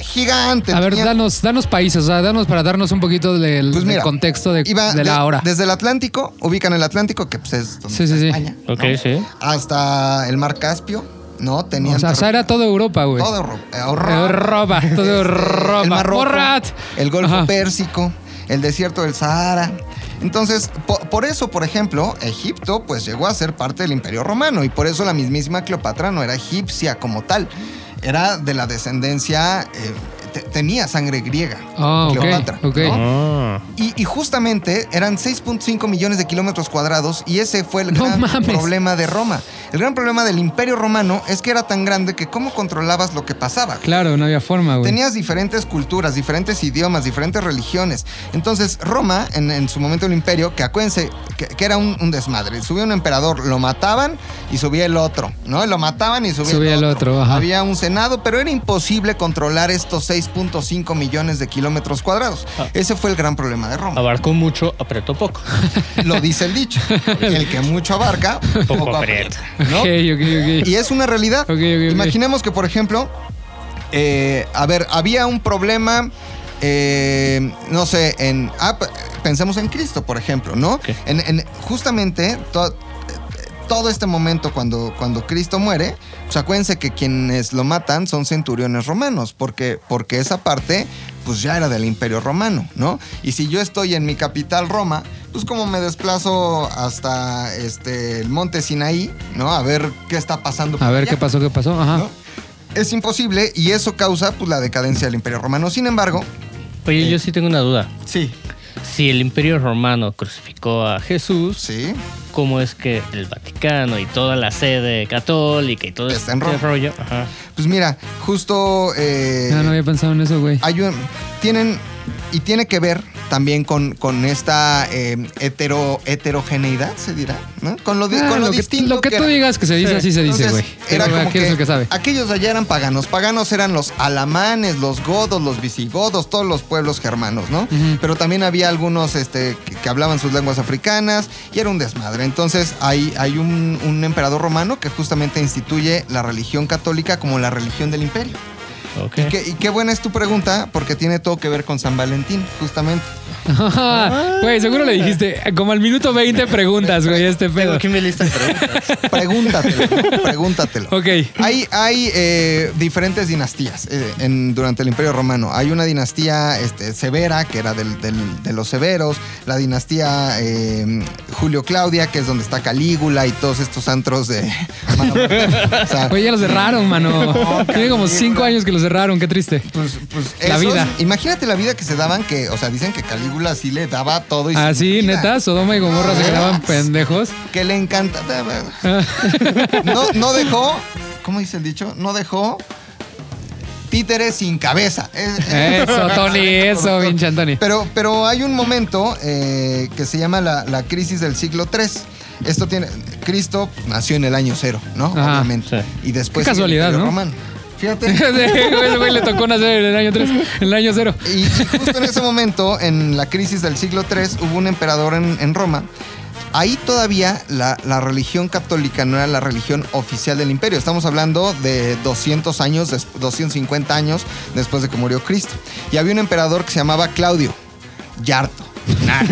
Speaker 2: gigante.
Speaker 1: A ver,
Speaker 2: tenía-
Speaker 1: danos, danos países, o sea, danos para darnos un poquito del,
Speaker 2: Pues
Speaker 1: del
Speaker 2: mira,
Speaker 1: contexto de,
Speaker 2: iba
Speaker 1: de la
Speaker 2: de-
Speaker 1: hora.
Speaker 2: Desde el Atlántico, ubican el Atlántico, que pues es donde
Speaker 1: Sí,
Speaker 2: está
Speaker 1: sí, sí.
Speaker 2: España.
Speaker 3: Ok,
Speaker 2: ¿no?
Speaker 3: sí.
Speaker 2: hasta el mar Caspio, ¿no? Tenían
Speaker 1: o sea, o sea, era toda Europa, güey.
Speaker 2: todo Ro- eh,
Speaker 1: Europa, todo Europa.
Speaker 2: El Mar Rojo,
Speaker 1: Borat.
Speaker 2: el Golfo
Speaker 1: Ajá.
Speaker 2: Pérsico, el desierto del Sahara. Entonces, po- por eso, por ejemplo, Egipto pues llegó a ser parte del Imperio Romano y por eso la mismísima Cleopatra no era egipcia como tal, era de la descendencia, eh, te- tenía sangre griega.
Speaker 1: Ah, ok,
Speaker 2: Cleopatra,
Speaker 1: ok.
Speaker 2: ¿no?
Speaker 3: Ah.
Speaker 2: Y, y justamente eran 6.5 millones de kilómetros cuadrados y ese fue el
Speaker 1: No
Speaker 2: gran
Speaker 1: mames.
Speaker 2: problema de Roma. El gran problema del imperio romano es que era tan grande que cómo controlabas lo que pasaba.
Speaker 1: Claro, no había forma, güey.
Speaker 2: Tenías diferentes culturas, diferentes idiomas, diferentes religiones. Entonces, Roma, en, en su momento el imperio, que acuérdense que, que era un, un desmadre. Subía un emperador, lo mataban y subía el otro, ¿no? Lo mataban y subía,
Speaker 1: Subía el otro, ajá.
Speaker 2: Había un senado, pero era imposible controlar estos 6.5 millones de kilómetros cuadrados.
Speaker 3: Ah.
Speaker 2: Ese fue el gran problema de Roma.
Speaker 3: Abarcó mucho, apretó poco.
Speaker 2: Lo dice el dicho. El que mucho abarca, [LAUGHS] poco,
Speaker 3: Poco
Speaker 2: aprieta.
Speaker 3: aprieta.
Speaker 2: ¿no?
Speaker 1: Ok, ok, ok.
Speaker 2: Y es una realidad.
Speaker 1: Ok, ok, ok.
Speaker 2: Imaginemos que, por ejemplo, eh, a ver, había un problema, eh, no sé, en. ah, p- pensemos en Cristo, por ejemplo, ¿no?
Speaker 3: Ok.
Speaker 2: En, en- justamente to- todo este momento cuando, cuando Cristo muere, pues acuérdense que quienes lo matan son centuriones romanos, porque, porque esa parte pues ya era del imperio romano, ¿no? Y si yo estoy en mi capital Roma, pues como me desplazo hasta este, el monte Sinaí, ¿no? A ver qué está pasando.
Speaker 1: A
Speaker 2: por
Speaker 1: ver
Speaker 2: allá,
Speaker 1: qué pasó, qué pasó.
Speaker 2: ¿no?
Speaker 1: Ajá.
Speaker 2: Es imposible y eso causa pues la decadencia del imperio romano. Sin embargo,
Speaker 3: Oye, yo sí tengo una duda.
Speaker 2: sí,
Speaker 3: Si el imperio romano crucificó a Jesús,
Speaker 2: sí,
Speaker 3: ¿cómo es que el Vaticano y toda la sede católica y todo
Speaker 2: Está
Speaker 3: este
Speaker 2: en Roma.
Speaker 3: rollo? Ajá.
Speaker 2: pues mira, justo... eh,
Speaker 1: Ya no había pensado en eso, güey.
Speaker 2: hay un- tienen y tiene que ver también con, con esta eh, hetero, heterogeneidad, se dirá, ¿no? Con lo, di-
Speaker 1: Ah,
Speaker 2: con lo,
Speaker 1: que,
Speaker 2: distinto
Speaker 1: lo que, tú
Speaker 2: era.
Speaker 1: digas que se dice,
Speaker 3: Sí.
Speaker 1: así se dice, güey.
Speaker 2: Entonces, era
Speaker 1: Pero
Speaker 2: como
Speaker 1: aquí es el que sabe.
Speaker 2: Aquellos de allá eran paganos. Paganos eran los alamanes, los godos, los visigodos, todos los pueblos germanos, ¿no?
Speaker 1: Ujú.
Speaker 2: Pero también había algunos este, que, que hablaban sus lenguas africanas y era un desmadre. Entonces hay, hay un, un emperador romano que justamente instituye la religión católica como la religión del imperio.
Speaker 3: Ok.
Speaker 2: Y qué, y qué buena es tu pregunta, porque tiene todo que ver con San Valentín, justamente.
Speaker 1: Ajá. [LAUGHS] Güey, seguro le dijiste eh, como al minuto 20 preguntas, güey, este
Speaker 3: Tengo
Speaker 1: pedo.
Speaker 3: aquí mi lista
Speaker 2: [LAUGHS]
Speaker 3: de preguntas.
Speaker 2: Pregúntatelo,
Speaker 1: [LAUGHS]
Speaker 2: ¿no? pregúntatelo.
Speaker 1: Ok.
Speaker 2: Hay, hay eh, diferentes dinastías eh, en- durante el Imperio Romano. Hay una dinastía este, severa, que era del- del- de los severos, la dinastía eh, Julio-Claudia, que es donde está Calígula y todos estos antros de... [LAUGHS] Mano, o sea,
Speaker 1: Güey, ya los cerraron, mano.
Speaker 2: [LAUGHS] No,
Speaker 1: Tiene como
Speaker 2: cabrón.
Speaker 1: cinco años que los cerraron, qué triste.
Speaker 2: pues, pues
Speaker 1: La
Speaker 2: esos-
Speaker 1: vida.
Speaker 2: Imagínate la vida que se daban, que, o sea, dicen que Calígula sí le daba todo. Y sin
Speaker 1: Así,
Speaker 2: medida.
Speaker 1: Ah, neta, Sodoma y Gomorra se quedaban pendejos.
Speaker 2: Que le encanta. No, no dejó. ¿Cómo dice el dicho? No dejó títeres sin cabeza. Es-
Speaker 1: Eso, Tony, eso,
Speaker 2: [LAUGHS]
Speaker 1: pinche Anthony. [LAUGHS]
Speaker 2: Pero, pero hay un momento eh, que se llama la, la crisis del siglo III. Esto tiene. Cristo pues, nació en el año cero, ¿no?
Speaker 1: Ajá,
Speaker 2: Obviamente.
Speaker 3: sí.
Speaker 2: Y después.
Speaker 1: Qué
Speaker 2: sigue el
Speaker 1: casualidad,
Speaker 2: Imperio
Speaker 1: ¿no?
Speaker 2: Romano. Fíjate.
Speaker 1: Ese güey le tocó nacer en el año 3, en el año 0.
Speaker 2: Y justo en ese momento, en la crisis del siglo III, hubo un emperador en, en Roma ahí todavía la, la religión católica no era la religión oficial del imperio. Estamos hablando de 200 años, des- 250 años después de que murió Cristo. Y había un emperador que se llamaba Claudio Yarto. Nah.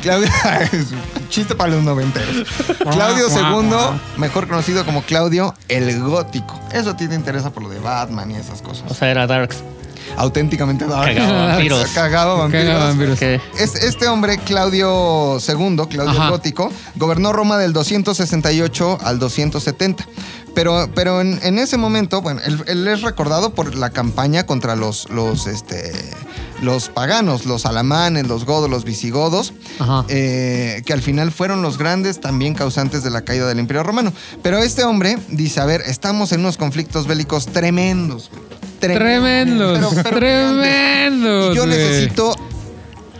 Speaker 2: Claudio, [LAUGHS] es un chiste para los noventeros. Claudio II, mejor conocido como Claudio el Gótico. Eso a ti te interesa por lo de Batman y esas cosas.
Speaker 3: O sea, era Darks.
Speaker 2: Auténticamente Dark.
Speaker 3: Cagaba vampiros.
Speaker 2: [LAUGHS] Cagaba vampiros.
Speaker 1: Cagaba vampiros.
Speaker 3: Que
Speaker 2: Es- este hombre, Claudio II, Claudio
Speaker 1: Ajá.
Speaker 2: el Gótico, gobernó Roma del 268 al 270. Pero, pero en, en ese momento, bueno, él, él es recordado por la campaña contra los, los, este, los paganos, los alamanes, los godos, los visigodos,
Speaker 1: Ajá.
Speaker 2: eh, que al final fueron los grandes también causantes de la caída del Imperio Romano. Pero este hombre dice, a ver, estamos en unos conflictos bélicos tremendos. güey.
Speaker 1: Tremendos,
Speaker 2: Pero- pero
Speaker 1: tremendos,
Speaker 2: y yo
Speaker 1: güey.
Speaker 2: necesito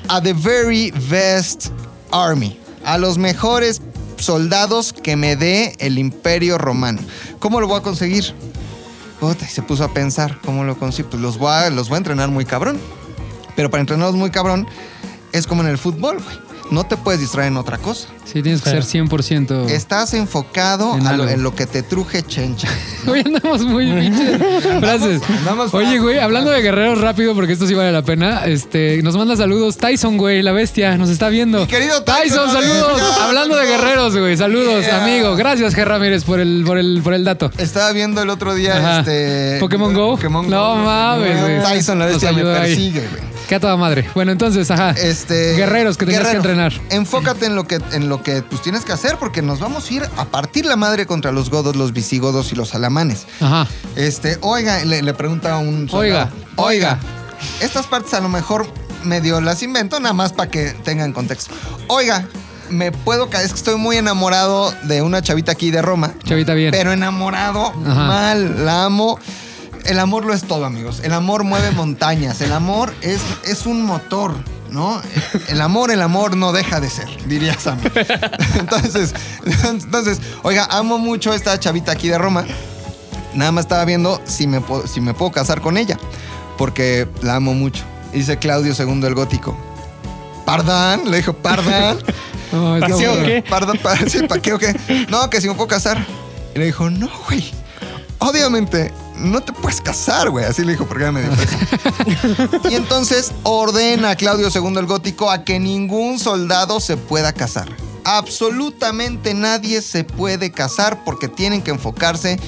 Speaker 2: a the very best army, a los mejores soldados que me dé el Imperio Romano. ¿Cómo lo voy a conseguir? Puta, y se puso a pensar cómo lo consigo. Pues los voy a, los voy a entrenar muy cabrón. Pero para entrenarlos muy cabrón es como en el fútbol, güey. No te puedes distraer en otra cosa.
Speaker 1: Sí, tienes que
Speaker 3: Pero-
Speaker 1: ser 100%.
Speaker 2: Estás enfocado
Speaker 1: En
Speaker 2: a lo-
Speaker 1: algo.
Speaker 2: en lo que te truje chencha.
Speaker 1: [LAUGHS] Hoy andamos muy pinches frases.
Speaker 2: [LAUGHS] andamos
Speaker 1: Oye,
Speaker 2: frases.
Speaker 1: güey, hablando de guerreros rápido, porque esto sí vale la pena, este, nos manda saludos Tyson, güey, la bestia, nos está viendo.
Speaker 2: Mi querido
Speaker 1: Tyson,
Speaker 2: Tyson,
Speaker 1: saludos.
Speaker 2: venga.
Speaker 1: hablando de guerreros, güey, saludos,
Speaker 2: Yeah.
Speaker 1: amigo. Gracias, Ger Ramírez, por el, por el, por el dato.
Speaker 2: Estaba viendo el otro día
Speaker 1: Ajá.
Speaker 2: este.
Speaker 1: ¿Pokémon Go?
Speaker 2: Pokémon
Speaker 1: No
Speaker 2: Go.
Speaker 1: mames, güey.
Speaker 2: Tyson, la
Speaker 1: Nos
Speaker 2: bestia, me
Speaker 1: ayuda ahí.
Speaker 2: persigue, güey.
Speaker 1: Qué a toda madre. Bueno, entonces, ajá.
Speaker 2: Este,
Speaker 1: guerreros que tenías
Speaker 2: guerrero,
Speaker 1: que entrenar.
Speaker 2: Enfócate en lo que en lo que pues, tienes que hacer porque nos vamos a ir a partir la madre contra los godos, los visigodos y los alamanes.
Speaker 1: Ajá.
Speaker 2: Este, oiga, le, le pregunta a un soldado,
Speaker 1: Oiga, oiga.
Speaker 2: Estas partes a lo mejor medio las invento nada más para que tengan contexto. Oiga, me puedo ca- es que estoy muy enamorado de una chavita aquí de Roma.
Speaker 1: Chavita bien.
Speaker 2: Pero enamorado,
Speaker 1: Ajá.
Speaker 2: mal, la amo. El amor lo es todo, amigos. El amor
Speaker 1: [LAUGHS]
Speaker 2: mueve montañas. El amor es, es un motor, ¿no? El amor, el amor no deja de ser, diría
Speaker 1: [LAUGHS]
Speaker 2: Sam. Entonces, entonces, oiga, amo mucho a esta chavita aquí de Roma. Nada más estaba viendo si me, po- si me puedo casar con ella, porque la amo mucho. Dice Claudio II el Gótico. Pardán, le dijo,
Speaker 1: [LAUGHS]
Speaker 2: pardán.
Speaker 1: No, es
Speaker 3: ¿Para
Speaker 1: lo
Speaker 3: qué o
Speaker 1: bueno.
Speaker 3: qué?
Speaker 2: Perdón, pa- sí, ¿pa' qué o qué? No, que si me puedo casar. Y le dijo, no, güey. Obviamente, no te puedes casar, güey. Así le dijo, porque era medio fresa.
Speaker 3: [LAUGHS]
Speaker 2: Y entonces ordena a Claudio II el Gótico a que ningún soldado se pueda casar. Absolutamente nadie se puede casar porque tienen que enfocarse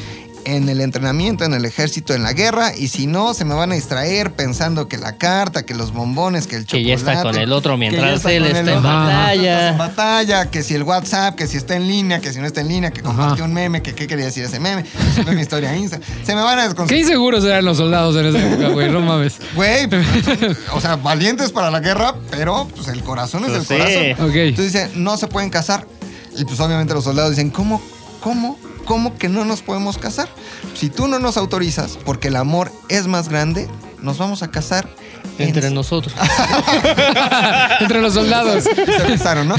Speaker 2: en el entrenamiento, en el ejército, en la guerra. Y si no, se me van a distraer pensando que la carta, que los bombones, que el chocolate.
Speaker 3: Que ya está con el otro
Speaker 2: que ya
Speaker 3: mientras
Speaker 2: está
Speaker 3: él
Speaker 2: con el
Speaker 3: está en
Speaker 2: otro.
Speaker 3: batalla.
Speaker 2: Estás en batalla, que si el WhatsApp, que si está en línea, que si no está en línea, que compartió
Speaker 1: Ajá.
Speaker 2: un meme, que qué quería decir ese meme, que si no es mi historia a Insta. Se me van a
Speaker 1: Qué
Speaker 2: desconcentrar.
Speaker 1: inseguros eran los soldados en esa época, güey. No mames.
Speaker 2: Güey, pues, o sea, valientes para la guerra, pero pues el corazón es
Speaker 3: Pues
Speaker 2: el
Speaker 3: sí.
Speaker 2: corazón.
Speaker 1: Ok.
Speaker 2: Entonces dice, no se pueden casar. Y pues obviamente los soldados dicen, ¿cómo, cómo, cómo que no nos podemos casar? Si tú no nos autorizas, porque el amor es más grande, nos vamos a casar en
Speaker 3: Entre nosotros.
Speaker 2: Ah,
Speaker 1: Entre los
Speaker 2: [LAUGHS]
Speaker 1: soldados.
Speaker 2: Se pensaron, ¿no?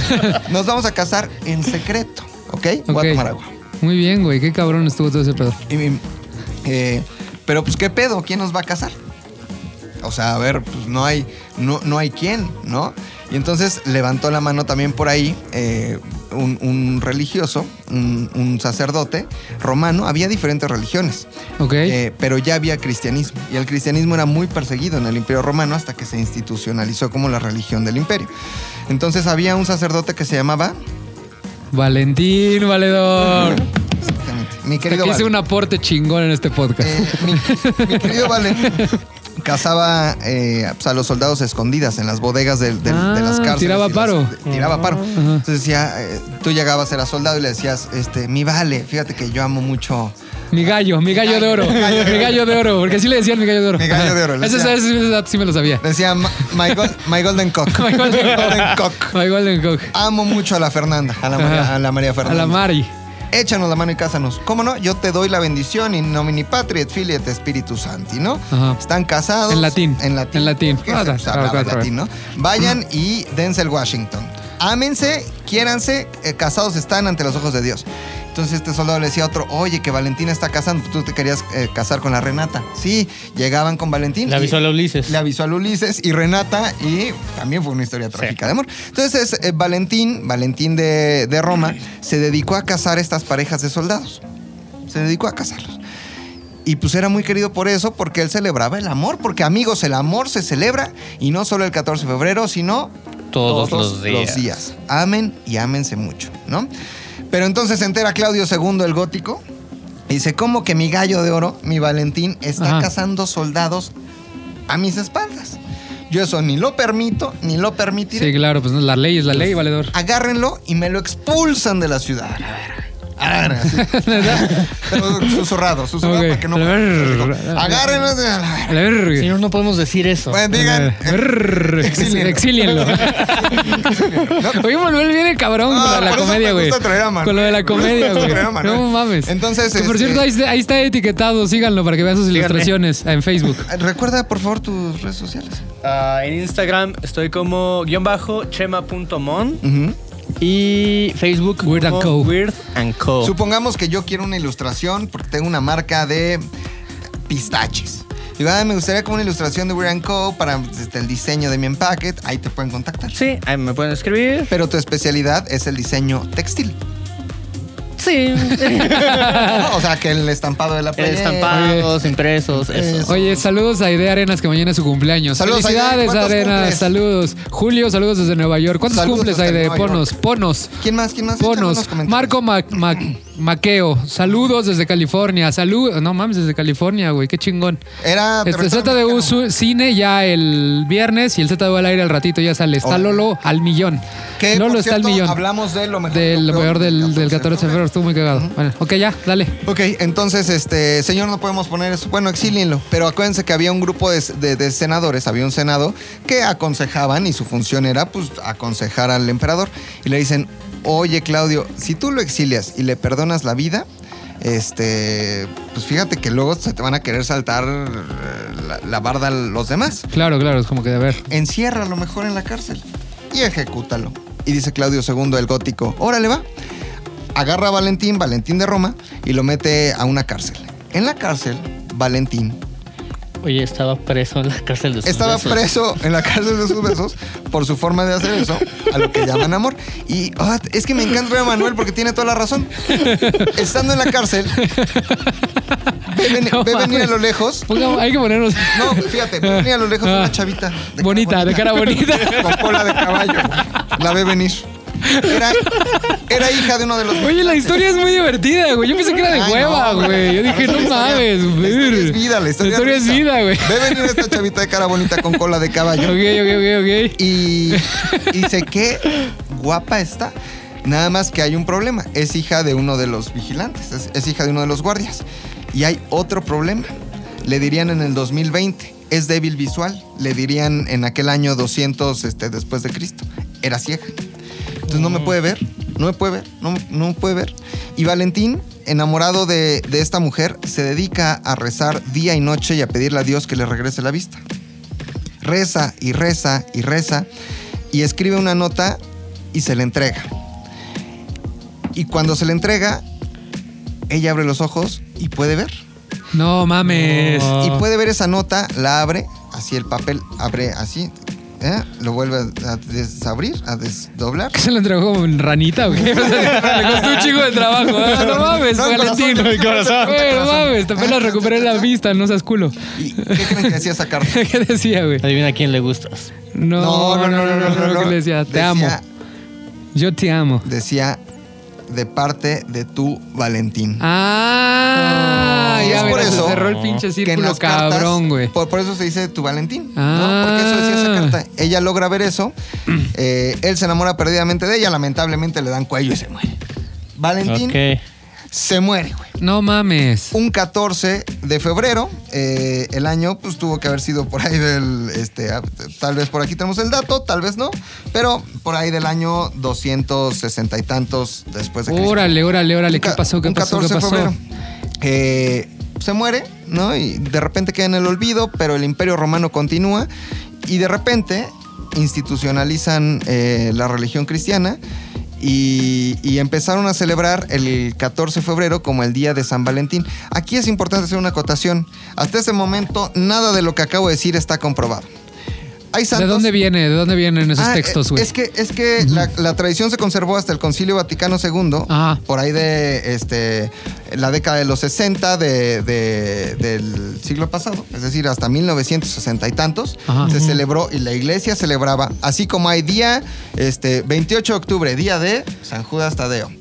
Speaker 2: Nos vamos a casar en secreto, ¿ok? Voy a
Speaker 1: Ok.
Speaker 2: tomar agua.
Speaker 1: Muy bien, güey. Qué cabrón estuvo todo ese pedo.
Speaker 2: Y mi- eh, pero pues qué pedo, ¿quién nos va a casar? O sea, a ver, pues no hay, no, no hay quién, ¿no? Y entonces levantó la mano también por ahí eh, un, un religioso, un, un sacerdote romano. Había diferentes religiones,
Speaker 1: Ok.
Speaker 2: eh, pero ya había cristianismo. Y el cristianismo era muy perseguido en el imperio romano hasta que se institucionalizó como la religión del imperio. Entonces había un sacerdote que se llamaba...
Speaker 1: Valentín Valedor.
Speaker 2: Mi
Speaker 1: Que
Speaker 2: querido
Speaker 1: hice
Speaker 2: Val.
Speaker 1: un aporte chingón en este podcast.
Speaker 2: Eh, mi, mi querido Valen cazaba eh, pues, a los soldados escondidas en las bodegas del- del-
Speaker 1: Ah,
Speaker 2: de las cárceles.
Speaker 1: tiraba
Speaker 2: y las-
Speaker 1: paro. Ah.
Speaker 2: de- tiraba paro. Entonces decía, eh, tú llegabas, eras soldado y le decías, este, mi Vale, fíjate que yo amo mucho.
Speaker 1: Mi gallo, mi gallo de oro. Mi gallo de oro. Porque así le decían mi gallo de oro.
Speaker 2: Mi gallo de oro, le
Speaker 1: Ese,
Speaker 2: decía.
Speaker 1: ese- ese dato sí me lo sabía.
Speaker 2: Decía, "My- my, gol- my golden cock.
Speaker 1: [LAUGHS] My golden cock.
Speaker 2: [LAUGHS] golden cock.
Speaker 1: My Golden Cock.
Speaker 2: Amo mucho a la Fernanda, a la María,
Speaker 1: Ajá.
Speaker 2: a la María
Speaker 1: A
Speaker 2: Fernanda.
Speaker 1: la Mari.
Speaker 2: Échanos la mano y cásanos. ¿Cómo no? Yo te doy la bendición in nomini patria et filii et spiritus santi, ¿no?
Speaker 1: Ajá.
Speaker 2: Están casados.
Speaker 1: En latín.
Speaker 2: En latín.
Speaker 1: En latín.
Speaker 2: Que
Speaker 1: Ah,
Speaker 2: se-
Speaker 1: da-
Speaker 2: se hablaba
Speaker 1: claro,
Speaker 2: en
Speaker 1: claro.
Speaker 2: latín, ¿no? Vayan y dense el Washington. Ámense, quiéranse, eh, casados están ante los ojos de Dios. Entonces este soldado le decía a otro, oye, que Valentina está casando, tú te querías eh, casar con la Renata. Sí, llegaban con Valentín.
Speaker 3: Le
Speaker 2: y-
Speaker 3: avisó a la Ulises.
Speaker 2: le avisó a Ulises y Renata y también fue una historia trágica de amor. Entonces eh, Valentín, Valentín de, de Roma, se dedicó a cazar estas parejas de soldados. Se dedicó a cazarlos. Y pues era muy querido por eso, porque él celebraba el amor, porque amigos, el amor se celebra y no solo el 14 de febrero, sino
Speaker 3: Todos los días.
Speaker 2: Amen y ámense mucho, ¿no? Pero entonces se entera Claudio II el gótico y dice, ¿cómo que mi gallo de oro, mi Valentín, está
Speaker 1: Ajá.
Speaker 2: cazando soldados a mis espaldas? Yo eso ni lo permito, ni lo permitiré.
Speaker 1: Sí, claro, pues no, la ley es la ley, valedor.
Speaker 2: Agárrenlo y me lo expulsan de la ciudad. A la verga. A la verga, sí. Pero Susurrado, susurrado
Speaker 1: Ok.
Speaker 2: para que no...
Speaker 1: A la verga.
Speaker 2: Agárrenlo. a la verga.
Speaker 1: A la verga.
Speaker 3: Señor, no podemos decir eso.
Speaker 2: Bueno, digan,
Speaker 1: A la verga.
Speaker 2: Exílienlo.
Speaker 1: Eh, Exílienlo. Oye, Manuel viene cabrón
Speaker 2: No,
Speaker 1: con lo de
Speaker 2: Ah,
Speaker 1: la
Speaker 2: por eso
Speaker 1: comedia,
Speaker 2: me
Speaker 1: güey.
Speaker 2: gusta traer a Manuel.
Speaker 1: Con lo de la
Speaker 2: Me gusta
Speaker 1: comedia, güey.
Speaker 2: traer a Manuel.
Speaker 1: No mames.
Speaker 2: Entonces,
Speaker 1: Que, por
Speaker 2: este-
Speaker 1: cierto, ahí está, ahí está etiquetado. Síganlo para que vean sus ilustraciones en Facebook.
Speaker 2: Recuerda, por favor, tus redes sociales.
Speaker 4: Ah, en Instagram estoy como guión bajo chema.mon
Speaker 2: Ujú.
Speaker 3: Y Facebook
Speaker 1: Weird and
Speaker 3: como
Speaker 1: Co.
Speaker 3: Weird and Co.
Speaker 2: Supongamos que yo quiero una ilustración porque tengo una marca de pistaches. Digo, ah, me gustaría como una ilustración de Weird Co. para este, el diseño de mi empaque. Ahí te pueden contactar.
Speaker 4: Sí, ahí me pueden escribir.
Speaker 2: Pero tu especialidad es el diseño
Speaker 1: [LAUGHS]
Speaker 2: textil. [LAUGHS]
Speaker 3: Sí.
Speaker 2: ¿no? O sea, que el estampado de la
Speaker 3: El
Speaker 2: playera.
Speaker 3: Estampados, impresos, eso.
Speaker 1: Oye, saludos a Aide Arenas, que mañana es su cumpleaños.
Speaker 2: Saludos, Aide.
Speaker 1: Felicidades,
Speaker 2: ¿Cuántos
Speaker 1: Arenas.
Speaker 2: cumples?
Speaker 1: Saludos. Julio, saludos desde Nueva York. ¿Cuántos
Speaker 2: Saludos
Speaker 1: cumples,
Speaker 2: hasta
Speaker 1: Aide?
Speaker 2: Nueva York.
Speaker 1: Ponos, ponos.
Speaker 2: ¿Quién más? ¿Quién más? Échame unos
Speaker 1: Ponos.
Speaker 2: comentarios.
Speaker 1: Marco Ma- Ma- Maqueo, saludos desde California. Saludos. No mames, desde California, güey. Qué chingón.
Speaker 2: Era. pero
Speaker 1: Este
Speaker 2: estaba
Speaker 1: ZDU
Speaker 2: Ah, mexicano.
Speaker 1: su- Cine ya el viernes y el ZDU al aire al ratito ya sale. Está
Speaker 2: Órale.
Speaker 1: Lolo al millón.
Speaker 2: Que, por
Speaker 1: Lolo está al
Speaker 2: cierto,
Speaker 1: millón.
Speaker 2: Hablamos de lo mejor. y
Speaker 1: Del
Speaker 2: lo
Speaker 1: lo peor del, del 14 de
Speaker 2: febrero.
Speaker 1: febrero. Estuvo muy cagado. Bueno, ok, ya, dale.
Speaker 2: Ok, entonces, este, señor, no podemos poner eso. Bueno, exílienlo. Pero acuérdense que había un grupo de, de- de senadores, había un senado que aconsejaban y su función era, pues, aconsejar al emperador. Y le dicen, oye, Claudio, si tú lo exilias y le perdonas la vida, este, pues fíjate que luego se te van a querer saltar eh, la, la barda los demás.
Speaker 1: Claro, claro, es como que de ver.
Speaker 2: Encierra lo mejor en la cárcel y ejecútalo. Y dice Claudio II el gótico, órale va. Agarra a Valentín, Valentín de Roma, y lo mete a una cárcel. En la cárcel, Valentín
Speaker 3: Oye, estaba preso en la cárcel de sus
Speaker 2: estaba
Speaker 3: besos.
Speaker 2: preso en la cárcel
Speaker 1: [LAUGHS]
Speaker 2: de sus besos por su forma de hacer eso, a lo que llaman amor. Y ah, es que me encanta a Manuel porque tiene toda la razón. Estando en la cárcel, ve, ven-
Speaker 1: No
Speaker 2: ve venir a
Speaker 1: mames.
Speaker 2: lo lejos.
Speaker 1: Pongamos- hay que ponernos.
Speaker 2: [LAUGHS] No, fíjate, ve venir a lo lejos
Speaker 1: Ah.
Speaker 2: una chavita. de
Speaker 1: bonita, de cara bonita.
Speaker 2: [LAUGHS] con cola de caballo. güey. La ve venir. Era, era hija de uno de los.
Speaker 1: [LAUGHS] Oye, la historia es muy divertida, güey. Yo pensé que era de
Speaker 2: Ay,
Speaker 1: hueva,
Speaker 2: no,
Speaker 1: güey. Yo dije,
Speaker 2: la
Speaker 1: no
Speaker 2: historia-
Speaker 1: mames.
Speaker 2: La historia es
Speaker 1: brr.
Speaker 2: vida, la historia,
Speaker 1: La historia es
Speaker 2: risa.
Speaker 1: vida, güey.
Speaker 2: Ve venir esta chavita de cara bonita con cola de
Speaker 1: [LAUGHS]
Speaker 2: caballo.
Speaker 1: Ok, ok, ok, ok.
Speaker 2: Y y dice que guapa está. Nada más que hay un problema. Es hija de uno de los vigilantes, es, es hija de uno de los guardias. Y hay otro problema. Le dirían en el 2020, es débil visual. Le dirían en aquel año 200 este, después de Cristo. Era ciega. Entonces no me puede ver, no me puede ver, no, no me puede ver. Y Valentín, enamorado de, de esta mujer, se dedica a rezar día y noche y a pedirle a Dios que le regrese la vista. Reza y reza y reza y escribe una nota y se le entrega. Y cuando se le entrega, ella abre los ojos y puede ver.
Speaker 1: No mames.
Speaker 3: No.
Speaker 2: Y puede ver esa nota, la abre, así el papel abre así, ¿eh? lo vuelve a desabrir, a desdoblar.
Speaker 1: ¿Qué se le entregó como en ranita o qué? [LAUGHS] O sea, le costó un chico de trabajo. ¿eh? No mames,
Speaker 2: No, el corazón,
Speaker 1: Valentín.
Speaker 2: el corazón.
Speaker 1: Güey, no mames, te apenas recuperé la vista, no seas culo. [LAUGHS]
Speaker 2: ¿Y qué creen que decía esa carta?
Speaker 1: ¿Qué decía, güey?
Speaker 3: Adivina quién le gustas.
Speaker 1: No, [LAUGHS] no, no, no, no, ¿qué le decía? Te
Speaker 2: Decía-
Speaker 1: amo. Yo te amo.
Speaker 2: Decía, de parte de tu Valentín.
Speaker 1: Ah,
Speaker 2: Es
Speaker 1: ya
Speaker 2: por
Speaker 1: verás, se
Speaker 2: eso
Speaker 1: cerró el pinche
Speaker 2: Que en
Speaker 1: círculo
Speaker 2: las cartas-
Speaker 1: cabrón, güey.
Speaker 2: Por, por eso se dice tu Valentín.
Speaker 1: Ah.
Speaker 2: ¿no? Porque eso decía esa carta. Ella logra ver eso. [CLEARS THROAT] eh, él se enamora perdidamente de ella. Lamentablemente le dan cuello y se muere. Valentín
Speaker 3: Ok.
Speaker 2: se muere, güey.
Speaker 1: No mames.
Speaker 2: Un 14 de febrero, eh, el año pues tuvo que haber sido por ahí del, este, ah, tal vez por aquí tenemos el dato, tal vez no, pero por ahí del año 260 y tantos después de Cristo.
Speaker 1: Órale, órale, órale.
Speaker 2: Un
Speaker 1: ¿Qué
Speaker 2: ca-
Speaker 1: pasó? ¿Qué
Speaker 2: un
Speaker 1: pasó? ¿Qué
Speaker 2: 14 de
Speaker 1: pasó?
Speaker 2: febrero. Eh, se muere, ¿no? Y de repente queda en el olvido, pero el imperio romano continúa y de repente institucionalizan eh, la religión cristiana y, y empezaron a celebrar el 14 de febrero como el día de San Valentín. Aquí es importante hacer una acotación. Hasta ese momento, nada de lo que acabo de decir está comprobado. Hay
Speaker 1: ¿De
Speaker 2: santos-
Speaker 1: dónde viene? ¿De dónde vienen esos
Speaker 2: Ah,
Speaker 1: textos,
Speaker 2: eh,
Speaker 1: güey?
Speaker 2: Es que, es que la, la tradición se conservó hasta el Concilio Vaticano II,
Speaker 1: Ajá.
Speaker 2: por ahí de este, la década de los 60 de- de- del siglo pasado, es decir, hasta 1960 y tantos,
Speaker 1: Ajá.
Speaker 2: se celebró y la iglesia celebraba, así como hay día este, 28 de octubre, día de San Judas Tadeo,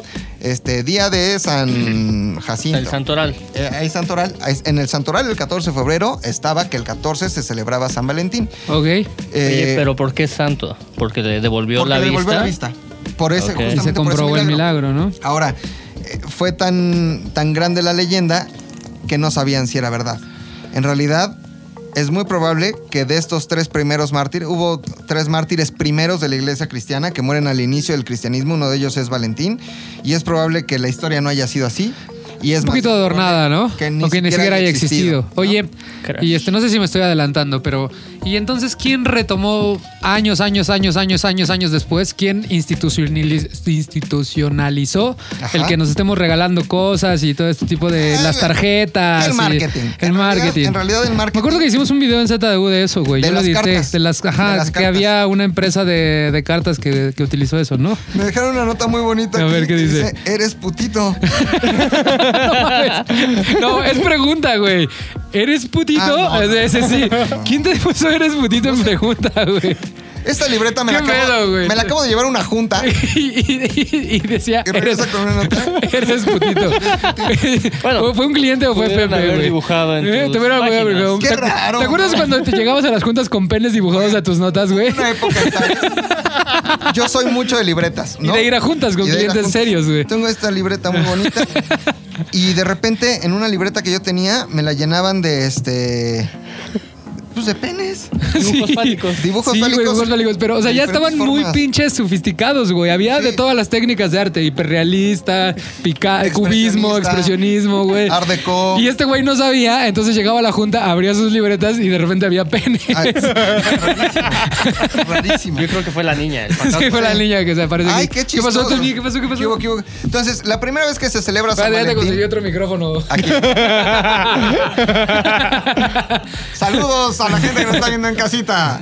Speaker 2: este, día de San Jacinto.
Speaker 3: El santoral.
Speaker 2: Eh, hay santoral, hay- en el santoral el 14 de febrero estaba que el 14 se celebraba San Valentín.
Speaker 1: Ok.
Speaker 2: Eh,
Speaker 3: Oye, pero ¿por qué santo? Porque le devolvió,
Speaker 2: porque
Speaker 3: la,
Speaker 2: le
Speaker 3: vista.
Speaker 2: devolvió Por ese,
Speaker 3: Ok.
Speaker 2: justamente
Speaker 1: Y se
Speaker 2: por ese
Speaker 1: comprobó el milagro, ¿no?
Speaker 2: Ahora, eh, fue tan, tan grande la leyenda que no sabían si era verdad. En realidad, es muy probable que de estos tres primeros mártires, hubo tres mártires primeros de la iglesia cristiana que mueren al inicio del cristianismo, uno de ellos es Valentín, y es probable que la historia no haya sido así. Y es
Speaker 1: Un
Speaker 2: más
Speaker 1: poquito
Speaker 2: probable
Speaker 1: adornada, ¿no?
Speaker 2: Que
Speaker 1: o que ni siquiera haya existido.
Speaker 2: ¿no?
Speaker 1: Oye,
Speaker 3: Crash.
Speaker 1: y este, no sé si me estoy adelantando, pero. ¿Y entonces quién retomó años, años, años, años, años, años después? ¿Quién institucionaliz- institucionalizó
Speaker 2: Ajá.
Speaker 1: el que nos estemos regalando cosas y todo este tipo de.
Speaker 2: El-
Speaker 1: las tarjetas.
Speaker 2: el
Speaker 1: y-
Speaker 2: marketing.
Speaker 1: El
Speaker 2: En realidad-
Speaker 1: marketing.
Speaker 2: en realidad el marketing-
Speaker 1: Me acuerdo que hicimos un video en ZDU de eso, güey.
Speaker 2: De
Speaker 1: Yo lo
Speaker 2: las
Speaker 1: edité.
Speaker 2: cartas.
Speaker 1: De las. Ajá,
Speaker 2: De las
Speaker 1: que
Speaker 2: cartas.
Speaker 1: había una empresa de, de cartas que, que utilizó eso, ¿no?
Speaker 2: Me dejaron una nota muy bonita.
Speaker 1: A
Speaker 2: aquí
Speaker 1: ver, ¿qué
Speaker 2: que
Speaker 1: dice?
Speaker 2: Eres putito.
Speaker 1: No, es pregunta, güey. ¿Eres putito?
Speaker 2: Ah, no, no.
Speaker 1: Ese sí. ¿Quién te puso eres putito en pregunta, güey?
Speaker 2: Esta libreta me la,
Speaker 1: ¿Qué
Speaker 2: acabo,
Speaker 1: pedo, güey?
Speaker 2: me la acabo de llevar a una junta.
Speaker 1: [LAUGHS] Y, y- y- y decía,
Speaker 2: Y
Speaker 1: eres,
Speaker 2: regresa con una nota.
Speaker 1: eres putito.
Speaker 3: Bueno,
Speaker 1: ¿O ¿Fue un cliente o fue
Speaker 3: pudieron
Speaker 1: Pepe,
Speaker 3: haber
Speaker 1: güey? Eh,
Speaker 3: dibujado en tus
Speaker 1: te hubieran
Speaker 3: páginas.
Speaker 1: dibujado.
Speaker 2: Qué
Speaker 1: ¿Te-
Speaker 2: raro,
Speaker 1: ¿Te acuerdas
Speaker 2: güey.
Speaker 1: cuando te llegabas a las juntas con penes dibujados a tus notas, güey?
Speaker 2: una época, ¿sabes? Yo soy mucho de libretas.
Speaker 1: Y
Speaker 2: ¿no?
Speaker 1: de ir a juntas con
Speaker 2: Y de ir a
Speaker 1: clientes
Speaker 2: juntas.
Speaker 1: serios, güey.
Speaker 2: Tengo esta libreta muy bonita. y de repente, en una libreta que yo tenía, me la llenaban de este. Pues de penes.
Speaker 3: Dibujos
Speaker 1: Sí.
Speaker 3: fálicos.
Speaker 2: Dibujos
Speaker 1: Sí, güey,
Speaker 2: fálicos.
Speaker 1: dibujos fálicos. Pero, o sea,
Speaker 2: de
Speaker 1: ya
Speaker 2: diferentes
Speaker 1: estaban muy
Speaker 2: formas.
Speaker 1: pinches sofisticados, güey. Había de
Speaker 2: Sí.
Speaker 1: todas las técnicas de arte: hiperrealista, pica-
Speaker 2: Expresionista.
Speaker 1: cubismo, expresionismo, güey.
Speaker 2: Art Deco.
Speaker 1: Y este güey no sabía, entonces llegaba a la junta, abría sus libretas y de repente había penes. [LAUGHS]
Speaker 2: Ay, rarísimo. Rarísimo.
Speaker 3: Yo creo que fue la niña. el fantasma.
Speaker 1: Sí, fue la niña que se aparece.
Speaker 2: Ay,
Speaker 1: aquí.
Speaker 2: qué chistoso.
Speaker 1: ¿Qué pasó, Tony? ¿Qué pasó? ¿Qué pasó?
Speaker 2: ¿Qué hubo, qué eh. hubo? Entonces, la primera vez que se celebra San
Speaker 1: Espérate, ya te conseguí
Speaker 2: Valentín.
Speaker 1: otro micrófono.
Speaker 2: Aquí. Saludos a la gente que nos está viendo en casita.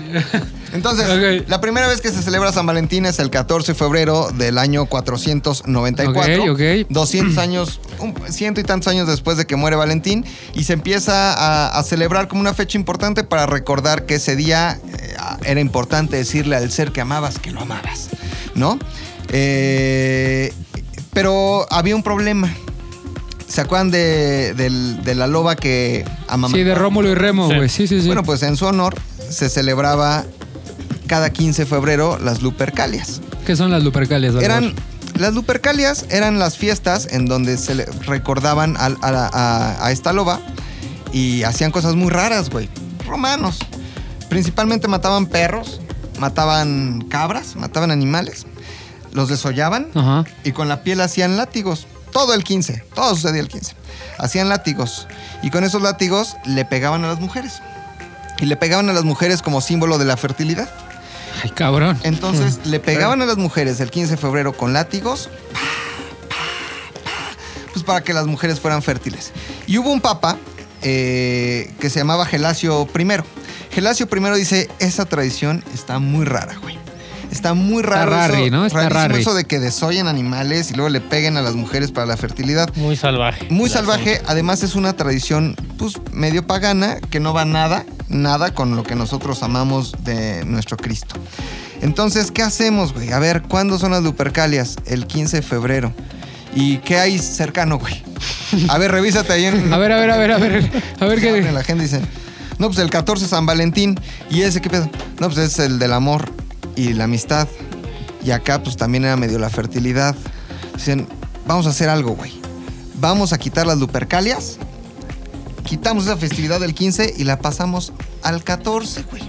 Speaker 2: Entonces,
Speaker 1: Ok.
Speaker 2: la primera vez que se celebra San Valentín es el 14 de febrero del año 494.
Speaker 1: Ok, ok.
Speaker 2: 200 años, un ciento y tantos años después de que muere Valentín. Y se empieza a, a celebrar como una fecha importante para recordar que ese día eh, era importante decirle al ser que amabas que lo amabas, ¿no? Eh, pero había un problema. ¿Se acuerdan de, del- de la loba que amamantó?
Speaker 1: Sí, de Rómulo y Remo,
Speaker 3: Sí.
Speaker 1: güey. Sí, sí, sí.
Speaker 2: Bueno, pues en su honor se celebraba cada 15 de febrero las Lupercalias.
Speaker 1: ¿Qué son las lupercalias? Bárbara?
Speaker 2: Eran las Lupercalias eran las fiestas en donde se le recordaban al- a, la- a- a esta loba y hacían cosas muy raras, güey. Romanos. Principalmente mataban perros, mataban cabras, mataban animales, los desollaban
Speaker 1: Ajá.
Speaker 2: y con la piel hacían látigos. Todo el 15, todo sucedía el 15. Hacían látigos y con esos látigos le pegaban a las mujeres. Y le pegaban a las mujeres como símbolo de la fertilidad.
Speaker 1: Ay, cabrón.
Speaker 2: Entonces le pegaban a las mujeres el 15 de febrero con látigos, pa, pa, pa, pues para que las mujeres fueran fértiles. Y hubo un papa eh, que se llamaba Gelasio I. Gelasio I dice, esa tradición está muy rara, güey. Está muy raro.
Speaker 1: rari,
Speaker 2: eso,
Speaker 1: ¿no? Está
Speaker 2: rarísimo
Speaker 1: rari.
Speaker 2: eso de que desollen animales y luego le peguen a las mujeres para la fertilidad.
Speaker 3: Muy salvaje.
Speaker 2: Muy
Speaker 3: La
Speaker 2: salvaje, además es una tradición pues medio pagana que no va nada, nada con lo que nosotros amamos de nuestro Cristo. Entonces, ¿qué hacemos, güey? A ver, ¿cuándo son las Lupercalias? El 15 de febrero. ¿Y qué hay cercano, güey? A ver, revísate ahí en...
Speaker 1: A ver, a ver, a ver, a ver. A ver
Speaker 2: en
Speaker 1: qué.
Speaker 2: la agenda dicen, no, pues el 14 San Valentín. ¿Y ese qué pedo? No, pues es el del amor y la amistad. Y acá, pues también era medio la fertilidad. Dicen, vamos a hacer algo, güey. Vamos a quitar las lupercalias. Quitamos esa festividad del 15 y la pasamos al 14, güey.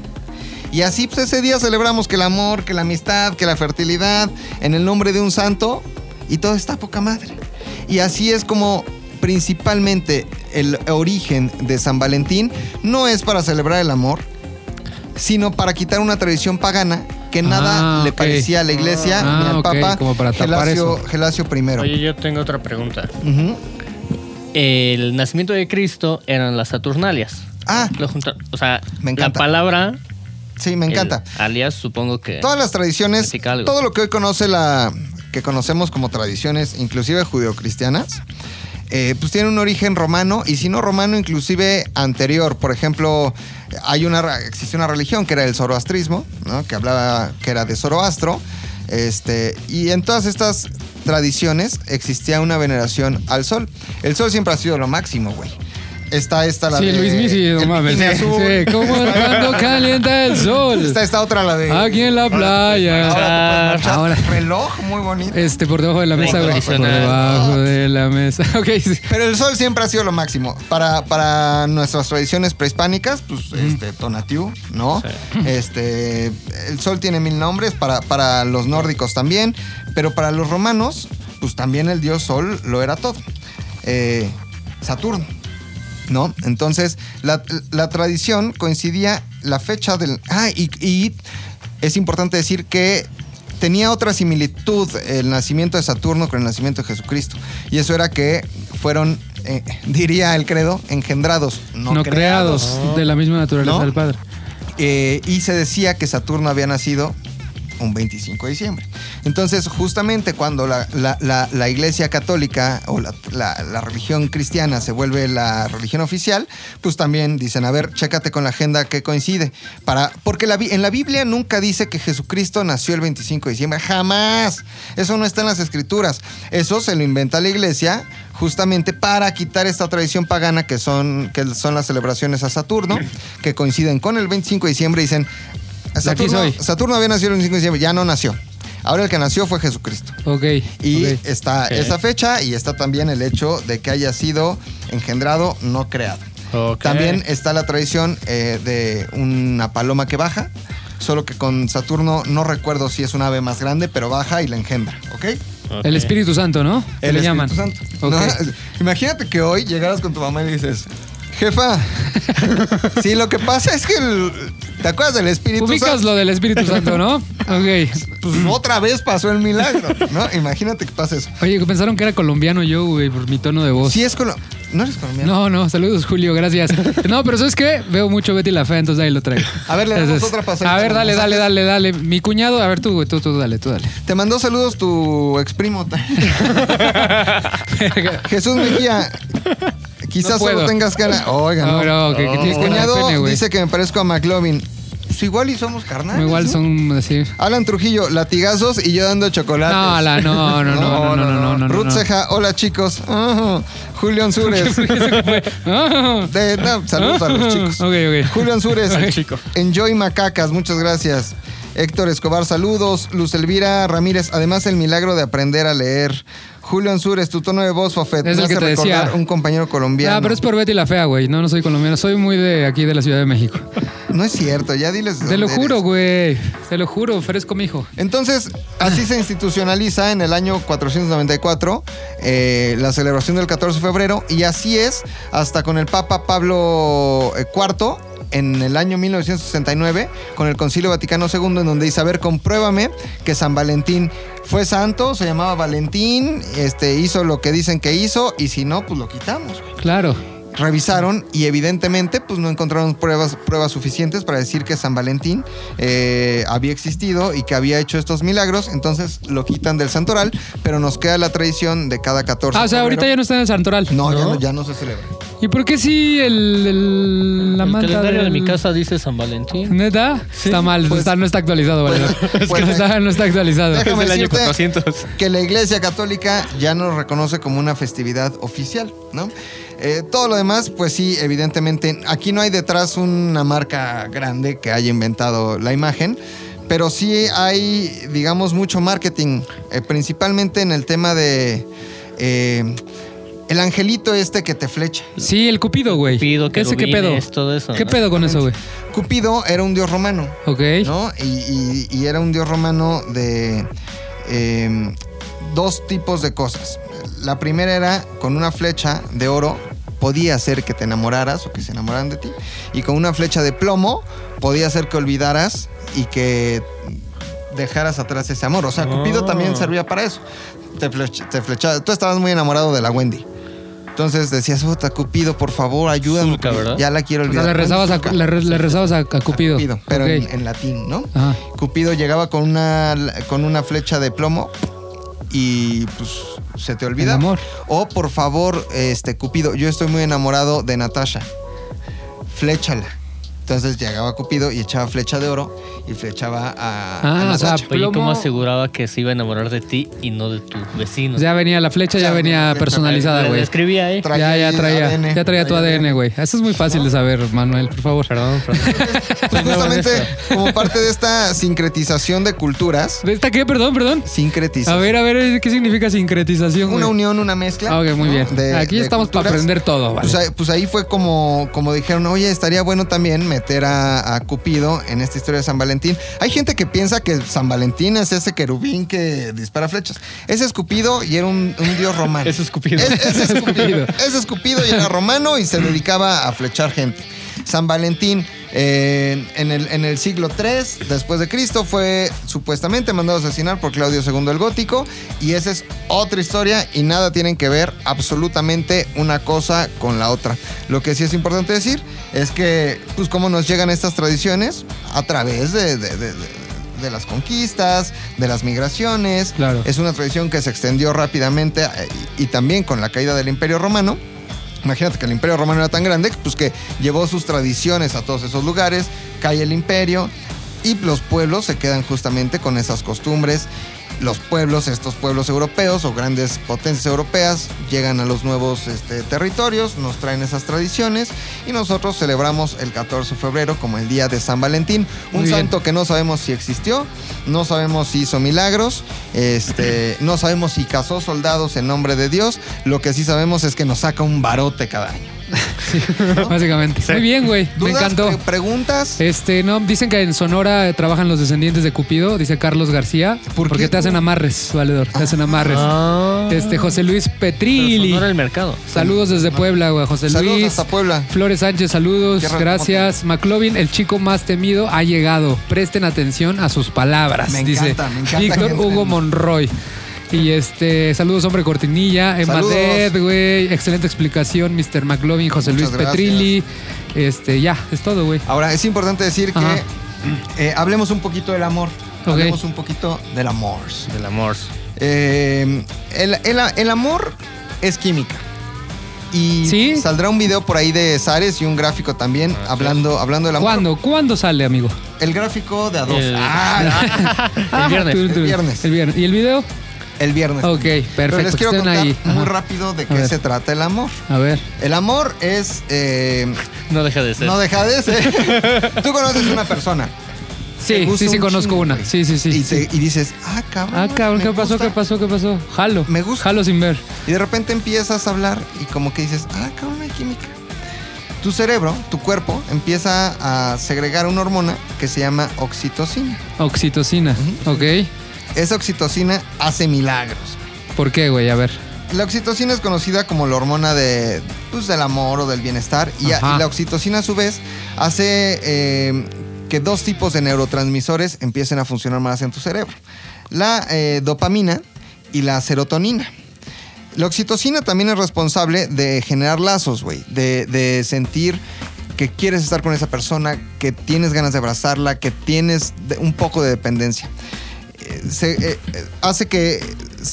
Speaker 2: Y así, pues ese día celebramos que el amor, que la amistad, que la fertilidad, en el nombre de un santo, y todo está a poca madre. Y así es como principalmente el origen de San Valentín no es para celebrar el amor, sino para quitar una tradición pagana que nada
Speaker 1: Ah,
Speaker 2: le
Speaker 1: ok.
Speaker 2: parecía a la iglesia
Speaker 1: Ah,
Speaker 2: ni al
Speaker 1: ok,
Speaker 2: Papa
Speaker 1: como para tapar
Speaker 2: Gelasio,
Speaker 1: eso.
Speaker 2: Gelasio I.
Speaker 3: Oye, yo tengo otra pregunta.
Speaker 2: Ujú.
Speaker 3: El nacimiento de Cristo eran las Saturnalias.
Speaker 2: Ah,
Speaker 3: Lo junta- o sea,
Speaker 2: Me
Speaker 3: la
Speaker 2: encanta.
Speaker 3: palabra.
Speaker 2: sí, me encanta.
Speaker 3: el alias, supongo que.
Speaker 2: Todas las tradiciones,
Speaker 3: Significa algo.
Speaker 2: todo lo que hoy conoce la que conocemos como tradiciones, inclusive judeocristianas, eh, pues tiene un origen romano y si no romano, inclusive anterior. Por ejemplo, hay una ra- existe una religión que era el zoroastrismo, ¿no? que hablaba que era de Zoroastro, este y en todas estas tradiciones existía una veneración al sol. El sol siempre ha sido lo máximo, güey. Está esta la
Speaker 1: Sí,
Speaker 2: de
Speaker 1: Luis Misi, no
Speaker 2: el
Speaker 1: mames.
Speaker 2: bikini
Speaker 1: Sí,
Speaker 2: azul. [LAUGHS]
Speaker 1: sí, ¿Cómo Ah, cuando calienta el sol?
Speaker 2: Está esta otra la de
Speaker 1: Aquí en la playa.
Speaker 2: Ahora, te puedes marchar.
Speaker 1: Ahora.
Speaker 2: reloj muy bonito.
Speaker 1: Este, por debajo de la mesa, güey. Por
Speaker 3: Incondicional.
Speaker 1: debajo de la mesa. [LAUGHS] Ok, sí.
Speaker 2: Pero el sol siempre ha sido lo máximo. Para, para nuestras tradiciones prehispánicas, pues este, Tonatiu, ¿no? Este, el sol tiene mil nombres, para, para los nórdicos también, pero para los romanos, pues también el dios sol lo era todo. Eh, Saturno, ¿no? Entonces, la, la tradición coincidía la fecha del... Ah, y, y es importante decir que tenía otra similitud el nacimiento de Saturno con el nacimiento de Jesucristo. Y eso era que fueron, eh, diría el credo, engendrados, no,
Speaker 1: No, creados,
Speaker 2: creados.
Speaker 1: de la misma naturaleza
Speaker 2: ¿No?
Speaker 1: del Padre.
Speaker 2: Eh, y se decía que Saturno había nacido un 25 de diciembre. Entonces, justamente cuando la, la- la- la iglesia católica o la, la- la religión cristiana se vuelve la religión oficial, pues también dicen, a ver, chécate con la agenda que coincide. Para, porque la, Bi- en la Biblia nunca dice que Jesucristo nació el 25 de diciembre, jamás. Eso no está en las escrituras. Eso se lo inventa la iglesia justamente para quitar esta tradición pagana que son, que son las celebraciones a Saturno, que coinciden con el 25 de diciembre, dicen...
Speaker 1: De aquí
Speaker 2: Eh, Saturno,
Speaker 1: soy.
Speaker 2: Saturno había nacido el 25 de diciembre, ya no nació. Ahora el que nació fue Jesucristo.
Speaker 1: Ok.
Speaker 2: Y
Speaker 1: ok.
Speaker 2: está
Speaker 3: Ok.
Speaker 2: esa fecha y está también el hecho de que haya sido engendrado, no creado.
Speaker 3: Ok.
Speaker 2: También está la tradición eh, de una paloma que baja, solo que con Saturno no recuerdo si es un ave más grande, pero baja y la engendra, ¿ok?
Speaker 3: Ok.
Speaker 1: El Espíritu Santo, ¿no? Que
Speaker 2: El
Speaker 1: le
Speaker 2: Espíritu
Speaker 1: llaman.
Speaker 2: Santo.
Speaker 1: Ok.
Speaker 2: No, [LAUGHS] Imagínate que hoy llegaras con tu mamá y le dices,
Speaker 1: [LAUGHS]
Speaker 2: jefa, sí, lo que pasa es que el- te acuerdas del Espíritu
Speaker 1: Ubicas
Speaker 2: Santo.
Speaker 1: lo del Espíritu Santo, ¿no? Ok.
Speaker 2: Pues
Speaker 1: Mm.
Speaker 2: otra vez pasó el milagro,
Speaker 1: [LAUGHS]
Speaker 2: ¿no? Imagínate que pasa eso.
Speaker 1: Oye, que pensaron que era colombiano yo, güey, por mi tono de voz.
Speaker 2: Si es colombiano. ¿No eres colombiano?
Speaker 1: Pues, No, no, saludos,
Speaker 2: [LAUGHS]
Speaker 1: Julio, gracias. No, pero ¿sabes qué? Veo mucho Betty la Fea, entonces ahí lo traigo.
Speaker 2: A ver, le damos
Speaker 1: Entonces,
Speaker 2: otra pasadita.
Speaker 1: A ver, dale, dale,
Speaker 2: Mensajes.
Speaker 1: dale, dale. Mi cuñado, a ver tú, güey, tú, tú, dale, tú, dale.
Speaker 2: Te mandó saludos tu ex
Speaker 1: [LAUGHS]
Speaker 2: primo. [LAUGHS] Jesús Mejía. Quizás
Speaker 1: No puedo.
Speaker 2: solo tengas cara. Oiga, no.
Speaker 1: No, no, que, que
Speaker 2: Mi
Speaker 1: tienes que dar
Speaker 2: cuñado
Speaker 1: pene, güey.
Speaker 2: dice que me parezco a McLovin. Pues igual y somos carnales.
Speaker 1: Igual
Speaker 2: ¿no?
Speaker 1: son así.
Speaker 2: Alan Trujillo, latigazos y yo dando chocolates.
Speaker 1: No, la, no, no, no, no, no, no, no, no.
Speaker 2: Ruth Ceja, hola chicos. Ah,
Speaker 1: [LAUGHS]
Speaker 2: Julián Sures.
Speaker 1: Ah.
Speaker 2: De- no, saludos a
Speaker 1: [LAUGHS]
Speaker 2: los chicos.
Speaker 1: Ok, ok. Ah,
Speaker 2: Julián
Speaker 1: [LAUGHS]
Speaker 2: Sures.
Speaker 1: Al
Speaker 2: chico. Enjoy Macacas, muchas gracias. Héctor Escobar, saludos. Luz Elvira Ramírez, además el milagro de aprender a leer. Julián Sures, tu tono de voz, Fafet.
Speaker 1: Es
Speaker 2: me
Speaker 1: el que
Speaker 2: hace
Speaker 1: te decía.
Speaker 2: recordar un compañero colombiano.
Speaker 1: Ah, pero es por Betty la Fea, güey. No, no soy colombiano. Soy muy de aquí, de la Ciudad
Speaker 2: [LAUGHS]
Speaker 1: de México.
Speaker 2: No es cierto, ya diles.
Speaker 1: Te lo
Speaker 2: dónde
Speaker 1: juro,
Speaker 2: eres.
Speaker 1: güey. Te lo juro, fresco, mijo.
Speaker 2: Entonces, así se institucionaliza en el año 494 eh, la celebración del 14 de febrero y así es hasta con el Papa Pablo eh, IV en el año 1969 con el Concilio Vaticano II en donde dice, a ver, compruébame que San Valentín fue santo, se llamaba Valentín, este, hizo lo que dicen que hizo y si no, pues lo quitamos. güey".
Speaker 1: Claro.
Speaker 2: Revisaron y evidentemente pues no encontraron pruebas, pruebas suficientes para decir que San Valentín eh, había existido y que había hecho estos milagros, entonces lo quitan del santoral, pero nos queda la tradición de cada 14.
Speaker 1: Ah, o sea,
Speaker 2: de
Speaker 1: ahorita ya
Speaker 2: febrero.
Speaker 1: no está en el santoral.
Speaker 2: No, ya no, ya no se celebra.
Speaker 1: ¿Y por qué si el, el- la
Speaker 3: El
Speaker 1: manta
Speaker 3: calendario de
Speaker 1: del-
Speaker 3: mi casa dice San Valentín.
Speaker 1: ¿Neta? está mal,
Speaker 2: Pues-
Speaker 1: está- no está actualizado, vale. [LAUGHS]
Speaker 2: pues- eh.
Speaker 1: no, está, no está actualizado.
Speaker 4: Desde
Speaker 2: Déjame
Speaker 4: el año
Speaker 2: decirte
Speaker 4: 400.
Speaker 2: que la Iglesia Católica ya nos reconoce como una festividad oficial, ¿no? Eh, todo lo demás, pues sí, evidentemente, aquí no hay detrás una marca grande que haya inventado la imagen, pero sí hay, digamos, mucho marketing, eh, principalmente en el tema de... eh, el angelito este que te flecha.
Speaker 1: Sí, el Cupido, güey.
Speaker 3: Pido que
Speaker 1: ¿Ese qué pedo?
Speaker 3: todo eso.
Speaker 1: ¿Qué
Speaker 3: ¿no?
Speaker 1: pedo con eso, güey?
Speaker 2: Cupido era un dios romano.
Speaker 1: Ok.
Speaker 2: ¿no? Y, y- y era un dios romano de eh, dos tipos de cosas. La primera era con una flecha de oro podía hacer que te enamoraras o que se enamoraran de ti. Y con una flecha de plomo podía hacer que olvidaras y que dejaras atrás ese amor. O sea, Cupido
Speaker 1: Oh.
Speaker 2: también servía para eso. Te, flech- te flechaba. Tú estabas muy enamorado de la Wendy. Entonces decías, puta, Cupido, por favor, ayúdame.
Speaker 3: Zulka,
Speaker 2: porque
Speaker 3: ¿verdad?
Speaker 2: Ya la quiero
Speaker 1: O sea,
Speaker 2: olvidar.
Speaker 1: le rezabas a,
Speaker 2: Zulka.
Speaker 1: le, re- le rezabas a, a Cupido.
Speaker 2: Cupido, pero
Speaker 1: Ok.
Speaker 2: en, en latín, ¿no?
Speaker 1: Ajá.
Speaker 2: Cupido llegaba con una, con una flecha de plomo y pues se te olvida.
Speaker 1: El amor.
Speaker 2: O por favor, este Cupido, yo estoy muy enamorado de Natasha. Fléchala. Entonces llegaba Cupido y echaba flecha de oro y flechaba a, a
Speaker 1: Ah, o sea,
Speaker 2: Natasha.
Speaker 1: Plomo.
Speaker 3: Oye, ¿cómo aseguraba que se iba a enamorar de ti y no de tu vecino?
Speaker 1: Pues Ya venía la flecha, ya
Speaker 2: Ya,
Speaker 1: venía
Speaker 2: flecha.
Speaker 1: personalizada,
Speaker 3: Le- Le
Speaker 1: güey.
Speaker 3: escribía, ¿eh?
Speaker 2: Tra-
Speaker 1: Ya,
Speaker 2: Traía
Speaker 1: ya traía,
Speaker 2: ADN.
Speaker 1: ya traía tu ADN, güey. Eso es muy fácil de saber, Manuel, por favor.
Speaker 3: Perdón, perdón.
Speaker 2: Pues, justamente como parte de esta sincretización de culturas,
Speaker 1: ¿De esta qué? Perdón, perdón. A
Speaker 2: sincretización.
Speaker 1: ver, a ver, ¿qué significa sincretización?
Speaker 2: Una
Speaker 1: güey?
Speaker 2: unión, una mezcla.
Speaker 1: Ah, ok, muy
Speaker 2: ¿no?
Speaker 1: bien.
Speaker 2: de-
Speaker 1: Aquí
Speaker 2: de
Speaker 1: estamos para
Speaker 2: culturas.
Speaker 1: aprender todo, vale.
Speaker 2: Pues ahí, pues ahí fue como, como dijeron, oye, estaría bueno también meter a, a Cupido en esta historia de San Valentín. Hay gente que piensa que San Valentín es ese querubín que dispara flechas. Ese es Cupido y era un, un dios
Speaker 3: [LAUGHS]
Speaker 2: romano.
Speaker 3: Ese [LAUGHS] es Cupido.
Speaker 2: Es- Ese es Cupido.
Speaker 1: Cupido.
Speaker 2: Ese es Cupido y era romano y se dedicaba a flechar gente. San Valentín eh, en, el, en el siglo III después de Cristo fue supuestamente mandado a asesinar por Claudio II el Gótico y esa es otra historia y nada tienen que ver absolutamente una cosa con la otra. Lo que sí es importante decir es que pues cómo nos llegan estas tradiciones a través de- de- de- de de las conquistas, de las migraciones.
Speaker 1: Claro.
Speaker 2: Es una tradición que se extendió rápidamente eh, y, y también con la caída del Imperio Romano. Imagínate que el Imperio Romano era tan grande que, pues, que llevó sus tradiciones a todos esos lugares, cae el imperio y los pueblos se quedan justamente con esas costumbres. Los pueblos, estos pueblos europeos o grandes potencias europeas, llegan a los nuevos este, territorios, nos traen esas tradiciones y nosotros celebramos el 14 de febrero como el día de San Valentín, un
Speaker 1: Muy bien.
Speaker 2: santo que no sabemos si existió, no sabemos si hizo milagros, este, no sabemos si cazó soldados en nombre de Dios, lo que sí sabemos es que nos saca un barote cada año.
Speaker 1: Básicamente. Muy bien, güey. Me
Speaker 2: ¿Dudas,
Speaker 1: encantó.
Speaker 2: pre- preguntas?
Speaker 1: Este, no, dicen que en Sonora eh, trabajan los descendientes de Cupido, dice Carlos García.
Speaker 2: ¿Por
Speaker 1: porque
Speaker 2: qué?
Speaker 1: te hacen amarres, valedor. Te hacen amarres.
Speaker 3: Ah.
Speaker 1: Este, José Luis
Speaker 3: Pero
Speaker 1: Petrilli.
Speaker 3: sonora el mercado.
Speaker 1: Saludos desde Puebla, güey. José
Speaker 2: Saludos
Speaker 1: Luis.
Speaker 2: hasta Puebla.
Speaker 1: Flores Sánchez, saludos,
Speaker 2: Qué raro,
Speaker 1: gracias. McLovin, el chico más temido, ha llegado. Presten atención a sus palabras,
Speaker 2: Me
Speaker 1: dice
Speaker 2: encanta, me encanta
Speaker 1: Víctor
Speaker 2: que-
Speaker 1: Hugo Monroy. Y este, saludos, hombre cortinilla, Emma
Speaker 2: Saludos.
Speaker 1: Dead, güey. Excelente explicación, Mr. McLovin, José
Speaker 2: Muchas
Speaker 1: Luis
Speaker 2: gracias.
Speaker 1: Petrilli. Este, ya, es todo, güey.
Speaker 2: Ahora, es importante decir que
Speaker 1: Ajá.
Speaker 2: [CLEARS THROAT] eh, hablemos un poquito del amor.
Speaker 1: Ok.
Speaker 2: Hablemos un poquito del amor.
Speaker 3: Del amor.
Speaker 2: Eh, el, el- el amor es química. Y
Speaker 1: ¿Sí?
Speaker 2: saldrá un video por ahí de Zares y un gráfico también hablando, hablando del amor.
Speaker 1: ¿Cuándo? ¿Cuándo sale, amigo?
Speaker 2: El gráfico de a dos.
Speaker 3: El-
Speaker 1: [LAUGHS]
Speaker 2: Ah,
Speaker 1: Ah,
Speaker 3: El viernes.
Speaker 1: tú, tú.
Speaker 2: El viernes.
Speaker 1: El viernes. ¿Y el video?
Speaker 2: el viernes.
Speaker 1: Ok,
Speaker 2: Pero
Speaker 1: perfecto.
Speaker 2: les quiero
Speaker 1: estén
Speaker 2: contar
Speaker 1: ahí.
Speaker 2: muy
Speaker 1: Ajá.
Speaker 2: rápido de
Speaker 1: A
Speaker 2: qué
Speaker 1: ver.
Speaker 2: se trata el amor.
Speaker 1: A ver.
Speaker 2: El amor es. eh,
Speaker 3: No deja de ser.
Speaker 2: no deja de ser. [LAUGHS] Tú conoces una persona. te
Speaker 1: Sí,
Speaker 2: gusta
Speaker 1: sí, sí,
Speaker 2: un
Speaker 1: conozco
Speaker 2: chingo,
Speaker 1: una.
Speaker 2: güey.
Speaker 1: Sí, sí, sí.
Speaker 2: y,
Speaker 1: sí.
Speaker 2: te- y dices, ah, cabrón.
Speaker 1: Ah, cabrón,
Speaker 2: me
Speaker 1: ¿qué pasó?
Speaker 2: gusta".
Speaker 1: ¿Qué pasó? ¿Qué pasó? Jalo.
Speaker 2: Me gusta.
Speaker 1: Jalo sin ver.
Speaker 2: Y de repente empiezas a hablar y como que dices, ah, cabrón, hay química. Tu cerebro, tu cuerpo, empieza a segregar una hormona que se llama oxitocina.
Speaker 1: Oxitocina. Ok.
Speaker 2: Esa oxitocina hace milagros.
Speaker 1: ¿Por qué, güey? A ver.
Speaker 2: La oxitocina es conocida como la hormona de, pues, del amor o del bienestar. Y, a-
Speaker 1: Ajá.
Speaker 2: y la oxitocina, a su vez, hace eh, que dos tipos de neurotransmisores empiecen a funcionar más en tu cerebro: la eh, dopamina y la serotonina. La oxitocina también es responsable de generar lazos, güey, de, de sentir que quieres estar con esa persona, que tienes ganas de abrazarla, que tienes de- un poco de dependencia se, eh, eh, hace que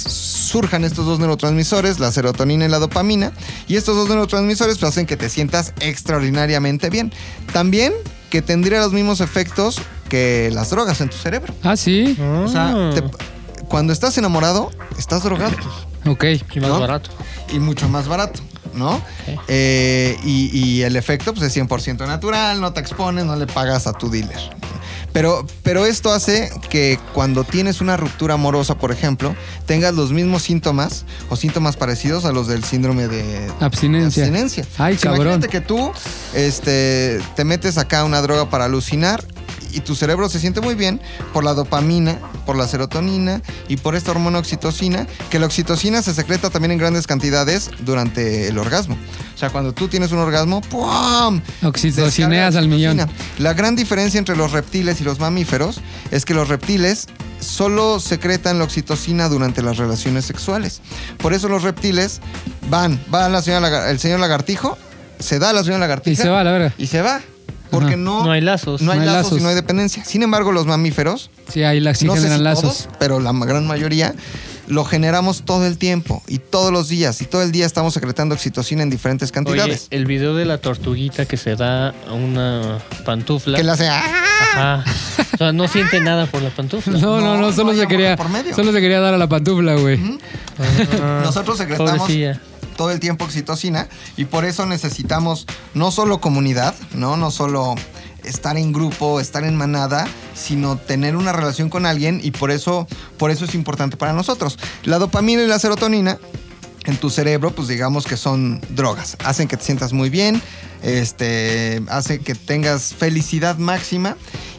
Speaker 2: surjan estos dos neurotransmisores, la serotonina y la dopamina, y estos dos neurotransmisores pues, hacen que te sientas extraordinariamente bien. También que tendría los mismos efectos que las drogas en tu cerebro.
Speaker 1: Ah, sí.
Speaker 2: O sea, te- cuando estás enamorado, estás drogado
Speaker 1: Ok.
Speaker 3: Y más
Speaker 2: ¿no?
Speaker 3: barato.
Speaker 2: y mucho más barato, ¿no? Eh, y, y el efecto pues, es 100% natural, no te expones, no le pagas a tu dealer. Pero, pero esto hace que cuando tienes una ruptura amorosa, por ejemplo, tengas los mismos síntomas o síntomas parecidos a los del síndrome de
Speaker 1: Abstinencia.
Speaker 2: de abstinencia.
Speaker 1: Ay,
Speaker 2: Pues
Speaker 1: cabrón.
Speaker 2: Imagínate que tú este, te metes acá una droga para alucinar y tu cerebro se siente muy bien por la dopamina, por la serotonina y por esta hormona oxitocina, que la oxitocina se secreta también en grandes cantidades durante el orgasmo. O sea, cuando tú tienes un orgasmo, ¡pum!
Speaker 1: Oxitocineas
Speaker 2: Descarga
Speaker 1: al millón.
Speaker 2: oxitocina. La gran diferencia entre los reptiles y los mamíferos es que los reptiles solo secretan la oxitocina durante las relaciones sexuales. Por eso los reptiles van, va la señora lagar- el señor lagartijo, se da a la señora lagartija
Speaker 1: Y se va a la verga.
Speaker 2: y se va, Porque
Speaker 1: Ajá.
Speaker 2: no,
Speaker 3: No hay lazos.
Speaker 2: no hay
Speaker 1: No hay
Speaker 2: lazos
Speaker 1: lazos.
Speaker 2: y no hay dependencia. Sin embargo, los mamíferos
Speaker 1: Sí, ahí las sí
Speaker 2: no sé
Speaker 1: generan
Speaker 2: si
Speaker 1: lazos.
Speaker 2: todos, pero la ma- gran mayoría lo generamos todo el tiempo y todos los días y todo el día estamos secretando oxitocina en diferentes
Speaker 3: Oye,
Speaker 2: cantidades.
Speaker 3: el video de la tortuguita que se da a una pantufla.
Speaker 2: que le hace ¡ah!
Speaker 3: Ajá. O sea, no siente nada por la pantufla.
Speaker 1: [LAUGHS] No, no, no,
Speaker 2: No,
Speaker 1: solo
Speaker 2: no hay
Speaker 1: se
Speaker 2: amor
Speaker 1: quería.
Speaker 2: de por medio.
Speaker 1: Solo se quería dar a la pantufla, güey.
Speaker 2: [LAUGHS] Nosotros secretamos
Speaker 3: Pobrecilla.
Speaker 2: todo el tiempo oxitocina y por eso necesitamos no solo comunidad, no, no solo estar en grupo, estar en manada, sino tener una relación con alguien y por eso, por eso es importante para nosotros. La dopamina y la serotonina en tu cerebro, pues digamos que son drogas, hacen que te sientas muy bien, este, hace que tengas felicidad máxima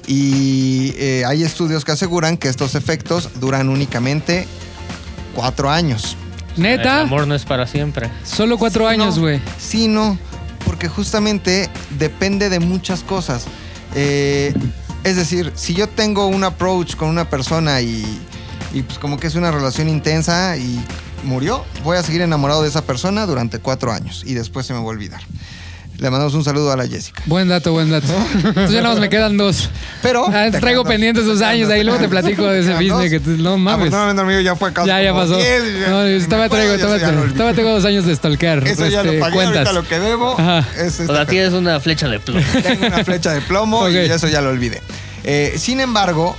Speaker 2: y eh, hay estudios que aseguran que estos efectos duran únicamente cuatro años.
Speaker 1: Neta,
Speaker 3: El amor no es para siempre.
Speaker 1: solo cuatro
Speaker 2: Sí, no.
Speaker 1: años, güey.
Speaker 2: Sí, no, porque justamente depende de muchas cosas. Eh, es decir, si yo tengo un approach con una persona y, y pues como que es una relación intensa y murió, voy a seguir enamorado de esa persona durante cuatro años y después se me va a olvidar. Le mandamos un saludo a la Jessica.
Speaker 1: Buen dato, buen
Speaker 2: [LAUGHS]
Speaker 1: dato. Entonces ya nada más me quedan dos.
Speaker 2: Pero
Speaker 1: Ah,
Speaker 2: Oh, te
Speaker 1: traigo
Speaker 2: quedan dos.
Speaker 1: pendientes esos
Speaker 2: Te
Speaker 1: años.
Speaker 2: quedan
Speaker 1: Ahí
Speaker 2: dos,
Speaker 1: luego te platico de ese
Speaker 2: quedan
Speaker 1: business que
Speaker 2: dos.
Speaker 1: tú- no mames.
Speaker 2: Afortunadamente, amigo, ya fue casi
Speaker 1: Ya, ya
Speaker 2: como
Speaker 1: pasó.
Speaker 2: diez, ya.
Speaker 1: No, yo
Speaker 2: Si me
Speaker 1: todavía
Speaker 2: acuerdo,
Speaker 1: traigo,
Speaker 2: yo eso ya
Speaker 1: todavía,
Speaker 2: lo
Speaker 1: traigo-
Speaker 2: olvidé.
Speaker 1: todavía tengo dos años de stalkear.
Speaker 2: Eso ya
Speaker 1: este,
Speaker 2: lo pagué,
Speaker 1: cuentas.
Speaker 2: ahorita lo que debo
Speaker 1: Ajá.
Speaker 2: es
Speaker 3: O
Speaker 2: esta
Speaker 3: sea, tienes una flecha de plomo.
Speaker 2: Tengo una flecha de plomo y
Speaker 1: [LAUGHS] Ok.
Speaker 2: eso ya lo olvidé. Eh, sin embargo,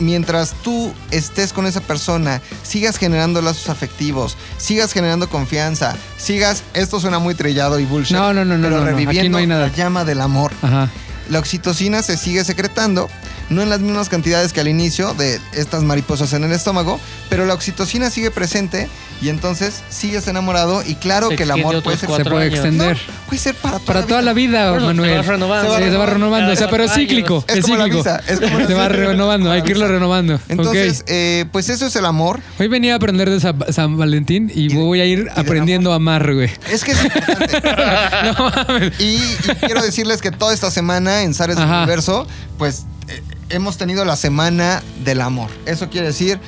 Speaker 2: mientras tú estés con esa persona, sigas generando lazos afectivos, sigas generando confianza, sigas. Esto suena muy trillado y bullshit.
Speaker 1: No, no, no, no,
Speaker 2: Pero
Speaker 1: no, no. Aquí
Speaker 2: reviviendo
Speaker 1: no hay nada. Ah.
Speaker 2: la llama del amor.
Speaker 1: Ajá.
Speaker 2: La oxitocina se sigue secretando, no en las mismas cantidades que al inicio de estas mariposas en el estómago, pero la oxitocina sigue presente y entonces sigues enamorado y claro
Speaker 3: Se
Speaker 2: que el
Speaker 3: extiende
Speaker 2: amor
Speaker 3: otros
Speaker 2: puede ser
Speaker 1: Se
Speaker 3: Cuatro
Speaker 1: puede
Speaker 3: años.
Speaker 1: extender.
Speaker 2: No, puede ser para toda
Speaker 1: Para toda la vida,
Speaker 3: Por eso,
Speaker 1: Ah, Manuel.
Speaker 3: se va renovando.
Speaker 1: Sí, se va renovando. O sea, pero es
Speaker 3: Cada
Speaker 1: cíclico.
Speaker 3: cuatro
Speaker 2: años. Es
Speaker 1: Es
Speaker 2: como la
Speaker 1: cíclico.
Speaker 2: visa, es como la
Speaker 1: [LAUGHS] Se va
Speaker 2: visa.
Speaker 1: renovando. Hay que irlo renovando.
Speaker 2: Entonces,
Speaker 1: Ok.
Speaker 2: eh, pues eso es el amor.
Speaker 1: Hoy venía a aprender de San, San Valentín y,
Speaker 2: de-
Speaker 1: voy a ir
Speaker 2: del
Speaker 1: aprendiendo a amar, güey.
Speaker 2: Es que es
Speaker 1: [LAUGHS]
Speaker 2: importante. y, y quiero decirles que toda esta semana en Zares del
Speaker 1: Ajá.
Speaker 2: Universo, pues eh, hemos tenido la semana del amor. Eso quiere decir.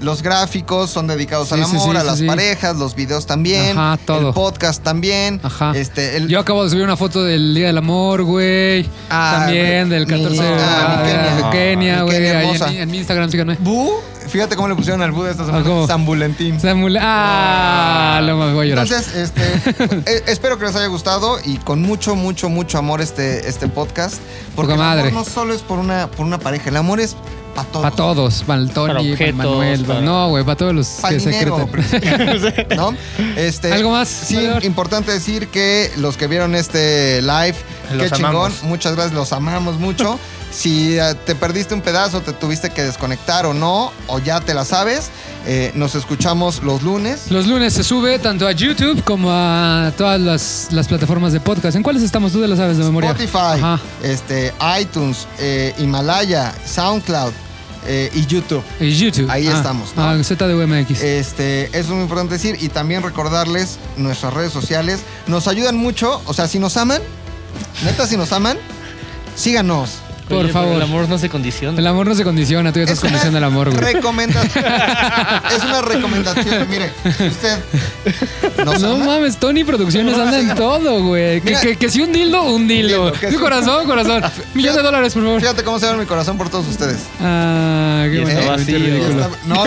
Speaker 2: Los gráficos son dedicados al
Speaker 1: Sí, sí,
Speaker 2: amor,
Speaker 1: sí,
Speaker 2: a
Speaker 1: sí,
Speaker 2: las
Speaker 1: sí.
Speaker 2: parejas, los videos también,
Speaker 1: Ajá, todo.
Speaker 2: el podcast también.
Speaker 1: Ajá.
Speaker 2: Este, el,
Speaker 1: Yo acabo de subir una foto del Día del Amor, güey.
Speaker 2: Ah,
Speaker 1: También
Speaker 2: güey.
Speaker 1: del 14
Speaker 2: Mi-
Speaker 1: de
Speaker 2: ah, mi Kenia.
Speaker 1: de Kenia,
Speaker 2: Mi
Speaker 1: güey.
Speaker 2: Kenia
Speaker 1: Ahí en,
Speaker 2: hermosa.
Speaker 1: mi- en mi Instagram, síganme.
Speaker 2: Bu, fíjate cómo le pusieron al Bu de esta semana,
Speaker 1: Ah, ¿cómo?
Speaker 2: San Valentín.
Speaker 1: Samuel. Ah, no me voy a llorar.
Speaker 2: Entonces,
Speaker 1: [LAUGHS]
Speaker 2: este, eh, espero que les haya gustado y con mucho, mucho, mucho amor este, este podcast. Porque
Speaker 1: Poca madre.
Speaker 2: el amor no solo es por una, por una pareja, el amor es para todos.
Speaker 1: Para todos, para el Tony,
Speaker 3: Para
Speaker 1: para
Speaker 3: objetos,
Speaker 1: Manuel. pa-
Speaker 3: para-
Speaker 1: No, güey, para todos los
Speaker 2: Pa'
Speaker 1: que
Speaker 2: dinero,
Speaker 1: secretan. [LAUGHS]
Speaker 2: principalmente, ¿no? Este,
Speaker 1: ¿Algo más,
Speaker 2: Sí,
Speaker 1: Mayor?
Speaker 2: importante decir que los que vieron este live,
Speaker 4: Los
Speaker 2: qué chingón,
Speaker 4: amamos.
Speaker 2: muchas gracias, los amamos
Speaker 1: [LAUGHS]
Speaker 2: mucho. si eh, te perdiste un pedazo, te tuviste que desconectar o no, o ya te la sabes, eh, nos escuchamos los lunes.
Speaker 1: Los lunes se sube tanto a YouTube como a todas las, las plataformas de podcast. ¿En cuáles estamos? Tú de las sabes de memoria.
Speaker 2: Spotify,
Speaker 1: Ajá.
Speaker 2: este, iTunes, eh, Himalaya, SoundCloud eh, y YouTube.
Speaker 1: Y YouTube.
Speaker 2: Ahí
Speaker 1: Ah,
Speaker 2: estamos, ¿no?
Speaker 1: Ah, ZDUMX.
Speaker 2: Este, eso es muy importante decir y también recordarles nuestras redes sociales. Nos ayudan mucho, o sea, si nos aman, neta, si nos aman, síganos.
Speaker 1: Por
Speaker 3: Oye, pero
Speaker 1: favor.
Speaker 3: El amor no se condiciona.
Speaker 1: el amor no se condiciona, tú ya estás
Speaker 2: una
Speaker 1: condición del amor, güey. [LAUGHS]
Speaker 2: recomendación. es una recomendación, mire, si usted nos
Speaker 1: No
Speaker 2: ama,
Speaker 1: mames, Tony Producciones anda en todo, güey. Que,
Speaker 2: Mira.
Speaker 1: que- que si un dildo, un dildo.
Speaker 2: dildo, que
Speaker 1: Tu
Speaker 2: si-
Speaker 1: corazón, corazón. Millón de dólares, por favor.
Speaker 2: fíjate cómo se abre mi corazón por todos ustedes.
Speaker 1: Ah, qué
Speaker 3: Y
Speaker 1: bueno.
Speaker 3: está
Speaker 1: qué
Speaker 3: vacío.
Speaker 1: ridículo.
Speaker 2: Está-
Speaker 1: [LAUGHS]
Speaker 2: no,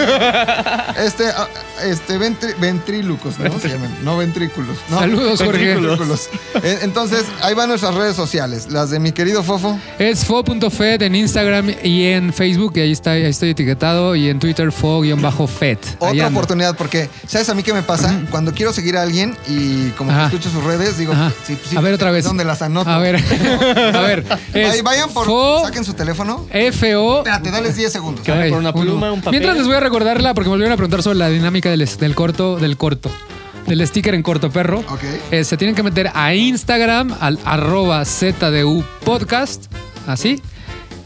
Speaker 2: este, ah, este ventri- ventrílucos, ¿no? Se llaman, no ventrículos. ¿no?
Speaker 1: Saludos, Jorge.
Speaker 2: Ventrículos. Eh, Entonces, ahí van nuestras redes sociales, las de mi querido Fofo.
Speaker 1: Es fo.fed en Instagram y en Facebook, y ahí, está, ahí estoy etiquetado, y en Twitter fo-fed.
Speaker 2: Otra oportunidad, porque, ¿sabes a mí qué me pasa? Cuando quiero seguir a alguien y como que
Speaker 1: Ajá.
Speaker 2: escucho sus redes, digo,
Speaker 1: Ajá.
Speaker 2: sí, sí,
Speaker 1: A ver, otra vez.
Speaker 2: ¿Dónde las anoto?
Speaker 1: A ver, [LAUGHS] a ver.
Speaker 2: Vay-
Speaker 1: es
Speaker 2: Vayan por,
Speaker 1: fo-
Speaker 2: saquen su teléfono.
Speaker 1: FO.
Speaker 2: Espérate, dales 10 segundos.
Speaker 3: Que vayan por una pluma, un papel.
Speaker 1: Mientras les voy a recordarla, porque me volvieron a preguntar sobre la dinámica del, es- del corto, del corto, del sticker en corto perro.
Speaker 2: Ok.
Speaker 1: Eh, se tienen que meter a Instagram, al arroba ZDU podcast, así.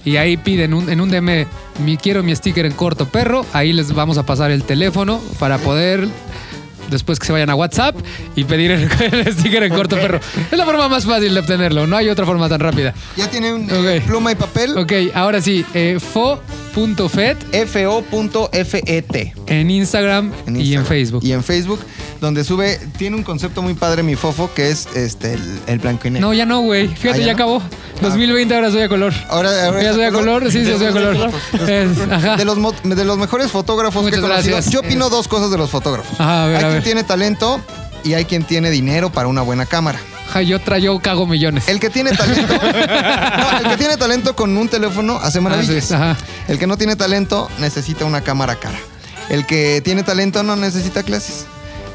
Speaker 1: Y ahí piden un- en un DM, mi, quiero mi sticker en corto perro. Ahí les vamos a pasar el teléfono para poder después que se vayan a WhatsApp y pedir el, [LAUGHS] el sticker en corto perro. Es la forma más fácil de obtenerlo, no hay otra forma tan rápida.
Speaker 2: Ya tienen eh,
Speaker 1: Ok.
Speaker 2: pluma y papel.
Speaker 1: Ok, ahora sí, eh, fo.fet
Speaker 2: FO.FET.
Speaker 1: en Instagram, y en
Speaker 2: Instagram.
Speaker 1: Facebook.
Speaker 2: Y en Facebook, donde sube, tiene un concepto muy padre mi fofo, que es este el, el blanco y negro.
Speaker 1: No, ya no, güey. Fíjate,
Speaker 2: ¿Ah, ya
Speaker 1: ya,
Speaker 2: no?
Speaker 1: acabó. 2020 ahora soy a color.
Speaker 2: Ahora, ahora
Speaker 1: ya
Speaker 2: es
Speaker 1: soy a color, sí, sí, soy a color. Es- ajá.
Speaker 2: De los, mo- de los mejores fotógrafos que he
Speaker 1: Muchas
Speaker 2: conocido.
Speaker 1: gracias.
Speaker 2: Yo opino dos cosas de los fotógrafos.
Speaker 1: Ajá, a ver,
Speaker 2: hay
Speaker 1: a
Speaker 2: quien
Speaker 1: ver.
Speaker 2: tiene talento y hay quien tiene dinero para una buena cámara.
Speaker 1: Ajá, yo tra- yo cago millones.
Speaker 2: El que tiene
Speaker 1: [LAUGHS]
Speaker 2: talento, No, el que tiene talento con un teléfono
Speaker 1: Ah,
Speaker 2: hace maravillas.
Speaker 1: Así es, ajá.
Speaker 2: El que no tiene talento necesita una cámara cara. El que tiene talento no necesita clases.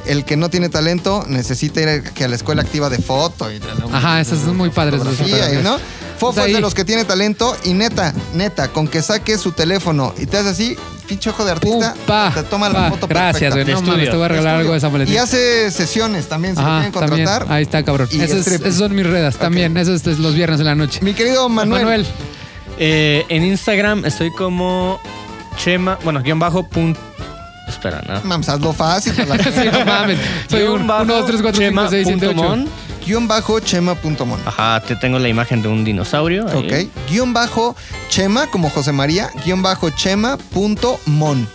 Speaker 2: El que no tiene talento necesita ir a, que a la escuela activa de foto y de la-
Speaker 1: Ajá, esas son muy padres. esas
Speaker 2: fotografía,
Speaker 1: fotografías.
Speaker 2: ¿no? Fofo
Speaker 1: Pues
Speaker 2: es de
Speaker 1: ahí.
Speaker 2: los que tiene talento y neta, neta, con que saques su teléfono y te haces así, pinche ojo de artista,
Speaker 1: pa,
Speaker 2: te toma la
Speaker 1: pa.
Speaker 2: foto
Speaker 1: Gracias,
Speaker 2: perfecta.
Speaker 1: güey. No
Speaker 3: De
Speaker 1: mames, te voy a regalar algo de esa
Speaker 2: Y
Speaker 1: maletita.
Speaker 2: hace sesiones también, si lo
Speaker 1: Ajá,
Speaker 2: quieren contratar.
Speaker 1: también. Ahí está, cabrón.
Speaker 2: Y
Speaker 1: Esas,
Speaker 2: strip.
Speaker 1: esas son mis redas también. Eso es los viernes en la noche.
Speaker 2: Mi querido
Speaker 1: Pues
Speaker 2: Manuel.
Speaker 4: Eh, en Instagram estoy como Chema, bueno, guión bajo punto.
Speaker 3: Espera, ¿no?
Speaker 2: Mames, hazlo fácil. para la
Speaker 1: [LAUGHS] [LAUGHS] Sí,
Speaker 2: gente.
Speaker 1: no
Speaker 3: [LAUGHS]
Speaker 1: mames. Soy
Speaker 4: guión
Speaker 1: un,
Speaker 4: bajo
Speaker 1: 1, 2, 3, 4, 5, 6, 7, 8.
Speaker 4: chema.mon.
Speaker 2: Guión bajo chema.mon.
Speaker 3: Ajá, te tengo la imagen de un dinosaurio. ahí.
Speaker 2: Ok. Guión bajo chema, como José María. Guión bajo chema.mon.
Speaker 3: Como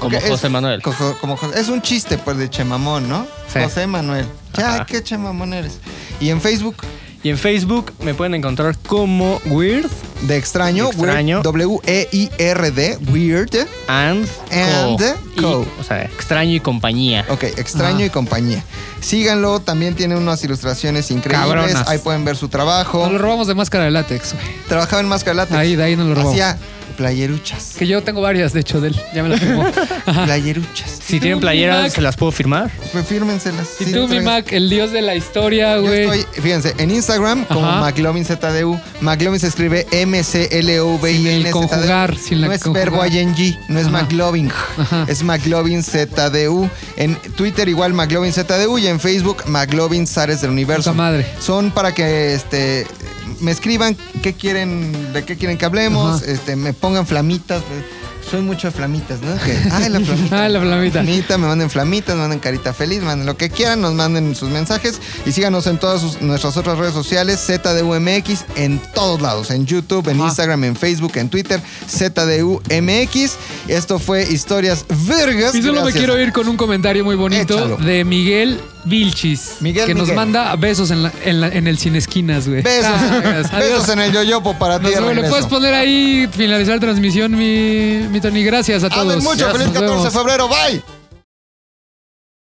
Speaker 2: Ok, es-
Speaker 3: José Manuel.
Speaker 2: Cojo- como José- es un chiste, pues, de chemamón, ¿no?
Speaker 1: Sí.
Speaker 2: José Manuel. Ya,
Speaker 3: Ajá.
Speaker 2: qué chemamón eres. Y en Facebook,
Speaker 4: Y en Facebook me pueden encontrar como Weird
Speaker 2: de extraño,
Speaker 3: De extraño.
Speaker 2: Weird, E W-E-I-R-D, Weird.
Speaker 3: And,
Speaker 2: And co.
Speaker 3: co. Y- o sea, extraño y compañía.
Speaker 2: Ok, extraño
Speaker 1: Ajá.
Speaker 2: y compañía. Síganlo, también tiene unas ilustraciones increíbles.
Speaker 1: Cabronas.
Speaker 2: Ahí pueden ver su trabajo.
Speaker 1: Nos lo robamos de máscara de látex, güey.
Speaker 2: Trabajaba en Máscara Látex.
Speaker 1: Ahí, de ahí nos lo robamos.
Speaker 2: Hacía
Speaker 1: [LAUGHS]
Speaker 2: playeruchas.
Speaker 1: Que yo tengo varias, de hecho, de él. Ya me las firmó. Ajá.
Speaker 2: Playeruchas.
Speaker 3: [LAUGHS]
Speaker 1: tú,
Speaker 3: Si
Speaker 1: mi
Speaker 3: tienen playeras,
Speaker 1: Mac.
Speaker 3: se las puedo firmar.
Speaker 2: Pues fírmenselas.
Speaker 1: Y
Speaker 2: Sí,
Speaker 1: tú, mi
Speaker 2: traigan.
Speaker 1: Mac, el dios de la historia,
Speaker 2: Yo
Speaker 1: güey.
Speaker 2: estoy, fíjense, en Instagram como
Speaker 1: Ajá.
Speaker 2: McLovinZDU. McLovin se escribe M-C-L-O-V-I-N.
Speaker 1: Sin el conjugar, sin la
Speaker 2: No es
Speaker 1: conjugar.
Speaker 2: verbo ING, no es
Speaker 1: Ajá.
Speaker 2: McLovin.
Speaker 1: Ajá.
Speaker 2: Es McLovin ZDU. En Twitter igual McLovin ZDU y en Facebook McLovin Zares del Universo.
Speaker 1: Puta madre.
Speaker 2: Son para que este me escriban qué quieren, de qué quieren que hablemos,
Speaker 1: Ajá.
Speaker 2: este, me pongan flamitas. pues, Soy mucho de flamitas, ¿no? Que, ay, la flamita.
Speaker 1: [LAUGHS] Ah, la flamita.
Speaker 2: Flamita, me manden flamitas, me manden carita feliz, me manden lo que quieran, nos manden sus mensajes y síganos en todas sus- nuestras otras redes sociales, ZDUMX, en todos lados, en YouTube, en
Speaker 1: Ajá.
Speaker 2: Instagram, en Facebook, en Twitter, ZDUMX. Esto fue Historias Vergas.
Speaker 1: Y solo
Speaker 2: Gracias.
Speaker 1: me quiero ir con un comentario muy bonito
Speaker 2: Échalo.
Speaker 1: de Miguel Vilchis.
Speaker 2: Miguel,
Speaker 1: que nos
Speaker 2: Miguel.
Speaker 1: manda besos en, la- en la- en el Cine Esquinas, güey.
Speaker 2: Besos, [LAUGHS]
Speaker 1: Ah, [LAUGHS] gracias.
Speaker 2: besos
Speaker 1: Adiós.
Speaker 2: en el yoyopo para ti.
Speaker 1: Nos
Speaker 2: de
Speaker 1: vemos. Le
Speaker 2: regreso.
Speaker 1: puedes poner ahí, finalizar transmisión, mi, mi Tony. Gracias a todos.
Speaker 2: Hablen mucho,
Speaker 1: Nos
Speaker 2: feliz 14 de
Speaker 1: vemos.
Speaker 2: febrero, bye.